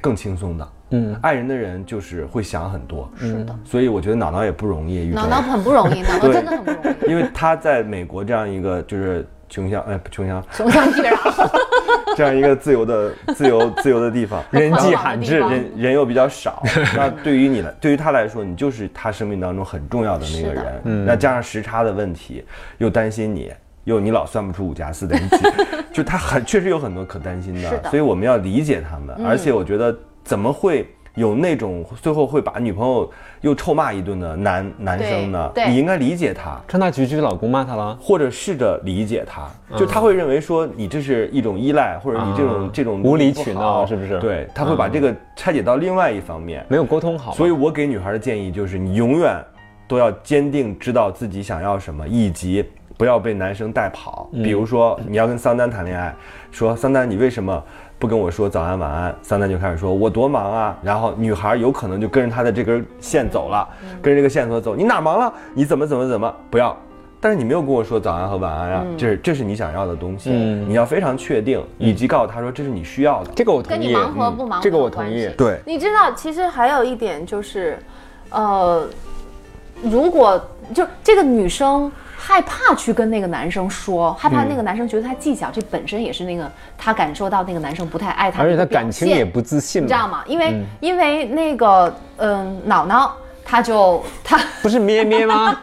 [SPEAKER 3] 更轻松的。
[SPEAKER 5] 嗯，
[SPEAKER 3] 爱人的人就是会想很多，
[SPEAKER 4] 是的，
[SPEAKER 3] 所以我觉得脑脑也不容易遇到
[SPEAKER 4] 脑脑很不容 易，脑脑
[SPEAKER 3] 嗯对
[SPEAKER 4] 真的很不容易。
[SPEAKER 3] 因为他在美国这样一个就是穷乡哎不穷乡
[SPEAKER 4] 穷乡僻壤，
[SPEAKER 3] 这样一个自由 的自由自由的地方，
[SPEAKER 5] 人迹
[SPEAKER 4] 地
[SPEAKER 5] 罕
[SPEAKER 4] 方
[SPEAKER 5] 至，人
[SPEAKER 3] 人人又比较少， 那对于你来对于他来说，你就是他生命当中很重要的那个
[SPEAKER 4] 是的
[SPEAKER 3] 人。嗯那加上时差的问题，又担心你。又你老算不出五加四等于 几，就他很确实有很多可担心
[SPEAKER 4] 是
[SPEAKER 3] 的，
[SPEAKER 4] 的嗯
[SPEAKER 3] 所以我们要理解他们。而且我觉得怎么会有那种最后会把女朋友又臭骂一顿的男男生呢
[SPEAKER 4] 对？对
[SPEAKER 3] 你应该理解他，
[SPEAKER 5] 川大菊菊的老公骂她了，
[SPEAKER 3] 或者试着理解他，
[SPEAKER 5] 嗯
[SPEAKER 3] 就他会认为说你这是一种依赖，或者你这种、
[SPEAKER 5] 啊
[SPEAKER 3] 这种
[SPEAKER 5] 无理
[SPEAKER 3] 不好
[SPEAKER 5] 取闹是不嗯是
[SPEAKER 3] 对，他会把这个拆解到另外一方面。
[SPEAKER 5] 没有沟通好嘛，
[SPEAKER 3] 所以我给女孩的建议就是，你永远都要坚定知道自己想要什么，以及不要被男生带跑。
[SPEAKER 5] 嗯
[SPEAKER 3] 比如说，你要跟桑丹谈恋爱，说桑丹你为什么？不跟我说早安晚安，桑丹就开始说我多忙啊，然后女孩有可能就跟着他的这根线走了，
[SPEAKER 5] 嗯
[SPEAKER 3] 跟着这个线索走，你哪忙了？你怎么怎么怎么？不要，但是你没有跟我说早安和晚安啊，这是这是你想要的东西，
[SPEAKER 5] 嗯
[SPEAKER 3] 你要非常确定，以及告诉他说这是你需要的。
[SPEAKER 5] 这个我同
[SPEAKER 4] 跟
[SPEAKER 5] 意，
[SPEAKER 4] 你忙和
[SPEAKER 5] 嗯
[SPEAKER 4] 不忙
[SPEAKER 5] 这个
[SPEAKER 4] 没有
[SPEAKER 5] 我同
[SPEAKER 4] 关
[SPEAKER 5] 意
[SPEAKER 4] 系，
[SPEAKER 3] 对，
[SPEAKER 6] 你知道，其实还有一点就是，呃，
[SPEAKER 4] 如果就这个女生害怕去跟那个男生说，害怕那个男生觉得她计较，这本身也是那个她感受到那个男生不太爱她的
[SPEAKER 5] 而
[SPEAKER 4] 一
[SPEAKER 5] 且
[SPEAKER 4] 个表
[SPEAKER 5] 她
[SPEAKER 4] 现，
[SPEAKER 5] 感情也嗯不自信
[SPEAKER 4] 你知道
[SPEAKER 5] 嘛，
[SPEAKER 4] 吗？因为、因为那个嗯脑脑，他就他
[SPEAKER 5] 不是咩咩吗？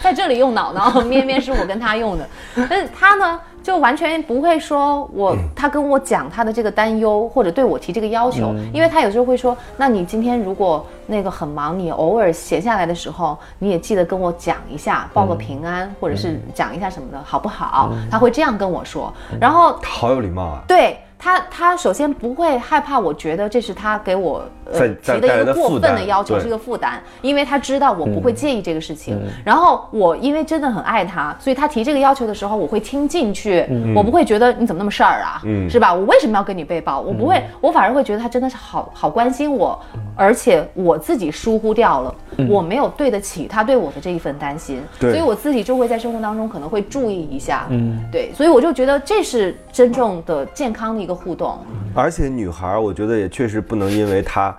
[SPEAKER 4] 在这里用脑脑，咩咩是我跟他 用的，但是他呢就完全不会说我，他跟我讲他的这个担忧或者对我提这个要求，
[SPEAKER 3] 嗯
[SPEAKER 4] 因为他有时候会说，那你今天如果那个很忙，你偶尔闲下来的时候，你也记得跟我讲一下，报个平安，或者是讲一下什么的，好不好？
[SPEAKER 3] 嗯
[SPEAKER 4] 他会这样跟我说，然后
[SPEAKER 3] 好有礼貌啊，
[SPEAKER 4] 对他，他首先不会害怕，我觉得这是他给我呃
[SPEAKER 3] 在在
[SPEAKER 4] 提的一
[SPEAKER 3] 带来的
[SPEAKER 4] 个过
[SPEAKER 3] 负
[SPEAKER 4] 分
[SPEAKER 3] 担
[SPEAKER 4] 的要求，
[SPEAKER 3] 对
[SPEAKER 4] 是一个负担，因为他知道我
[SPEAKER 3] 嗯
[SPEAKER 4] 不会介意这个事情。然后我因为真的很爱他，所以他提这个要求的时候，我会听进去，
[SPEAKER 3] 嗯
[SPEAKER 4] 我不会觉得你怎么那么事儿啊，是吧？我为什么要跟你背包？我不会，
[SPEAKER 3] 嗯
[SPEAKER 4] 我反而会觉得他真的是好好关心我，而且我自己疏忽掉了，我没有对得起他对我的这一份担心，
[SPEAKER 3] 嗯对
[SPEAKER 4] 所以我自己就会在生活当中可能会注意一下，嗯，对，所以我就觉得这是真正的健康的一个互动，
[SPEAKER 3] 而且女孩，我觉得也确实不能因为她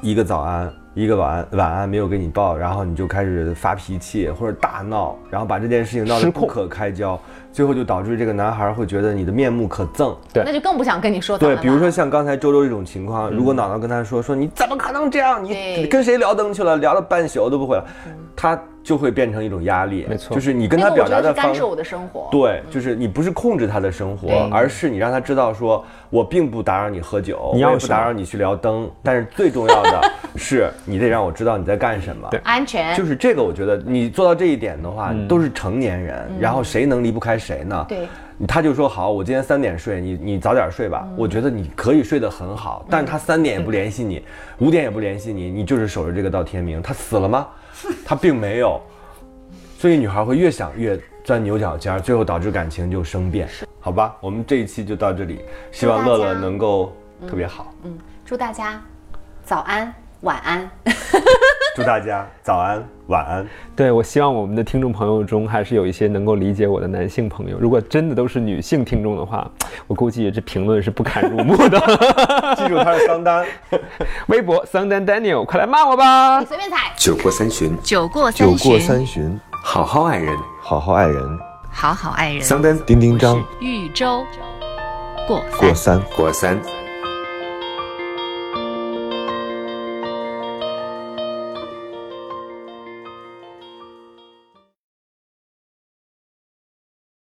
[SPEAKER 3] 一个早安、一个晚安、晚安没有给你报，然后你就开始发脾气或者大闹，然后把这件事情闹得
[SPEAKER 5] 失控
[SPEAKER 3] 不可开交，最后就导致这个男孩会觉得你的面目可憎。
[SPEAKER 5] 对
[SPEAKER 4] 那就更不想跟你说早
[SPEAKER 3] 对，
[SPEAKER 4] 安
[SPEAKER 3] 比如
[SPEAKER 4] 了
[SPEAKER 3] 说像刚才周周这种情况，如果脑脑跟他说说你怎么可能这样，你
[SPEAKER 4] 嗯对嗯
[SPEAKER 3] 跟谁聊灯去了，聊了半宿都不回来，他就会变成一种压力。
[SPEAKER 5] 没错
[SPEAKER 3] 就是你跟他
[SPEAKER 4] 那个
[SPEAKER 3] 表
[SPEAKER 4] 我
[SPEAKER 3] 达
[SPEAKER 4] 觉得
[SPEAKER 3] 的
[SPEAKER 4] 是
[SPEAKER 3] 方
[SPEAKER 4] 干
[SPEAKER 3] 式
[SPEAKER 4] 涉我的生活，
[SPEAKER 3] 对，就是你不是控制他的生活
[SPEAKER 4] 对，
[SPEAKER 3] 而是你让他知道说，我并不打扰你喝酒，
[SPEAKER 5] 你要
[SPEAKER 3] 我也不
[SPEAKER 5] 什么
[SPEAKER 3] 打扰你去聊灯，但是最重要的 是，你得让我知道你在干什么。
[SPEAKER 5] 对嗯
[SPEAKER 4] 安全
[SPEAKER 3] 就是这个，我觉得你做到这一点的话，都是成年人，然后谁能离不开谁呢？
[SPEAKER 4] 对。
[SPEAKER 3] 他就说好，我今天三点睡，你你早点睡吧。我觉得你可以睡得很好，但是他三点也不联系你，五点也不联系你，你就是守着这个到天明。他死了吗？他并没有，所以女孩会越想越钻牛角尖儿，最后导致感情就生变。好吧，我们这一期就到这里，希望乐乐能够特别好。
[SPEAKER 4] 祝大家早安晚安。
[SPEAKER 3] 祝大家早安、晚安。
[SPEAKER 5] 对，我希望我们的听众朋友中还是有一些能够理解我的男性朋友。如果真的都是女性听众的话，我估计这评论是不堪入目的。
[SPEAKER 3] 记住他是桑丹。
[SPEAKER 5] 微博 Sundan Daniel，快来骂我吧！
[SPEAKER 4] 随便踩。
[SPEAKER 1] 酒过三巡，
[SPEAKER 2] 酒过三
[SPEAKER 1] 酒
[SPEAKER 2] 巡，
[SPEAKER 1] 过三巡，好好爱人，
[SPEAKER 3] 好好爱人，
[SPEAKER 2] 好好爱人，
[SPEAKER 1] 桑丹叮叮当，
[SPEAKER 2] 豫州过三
[SPEAKER 3] 过。三。
[SPEAKER 1] 过三。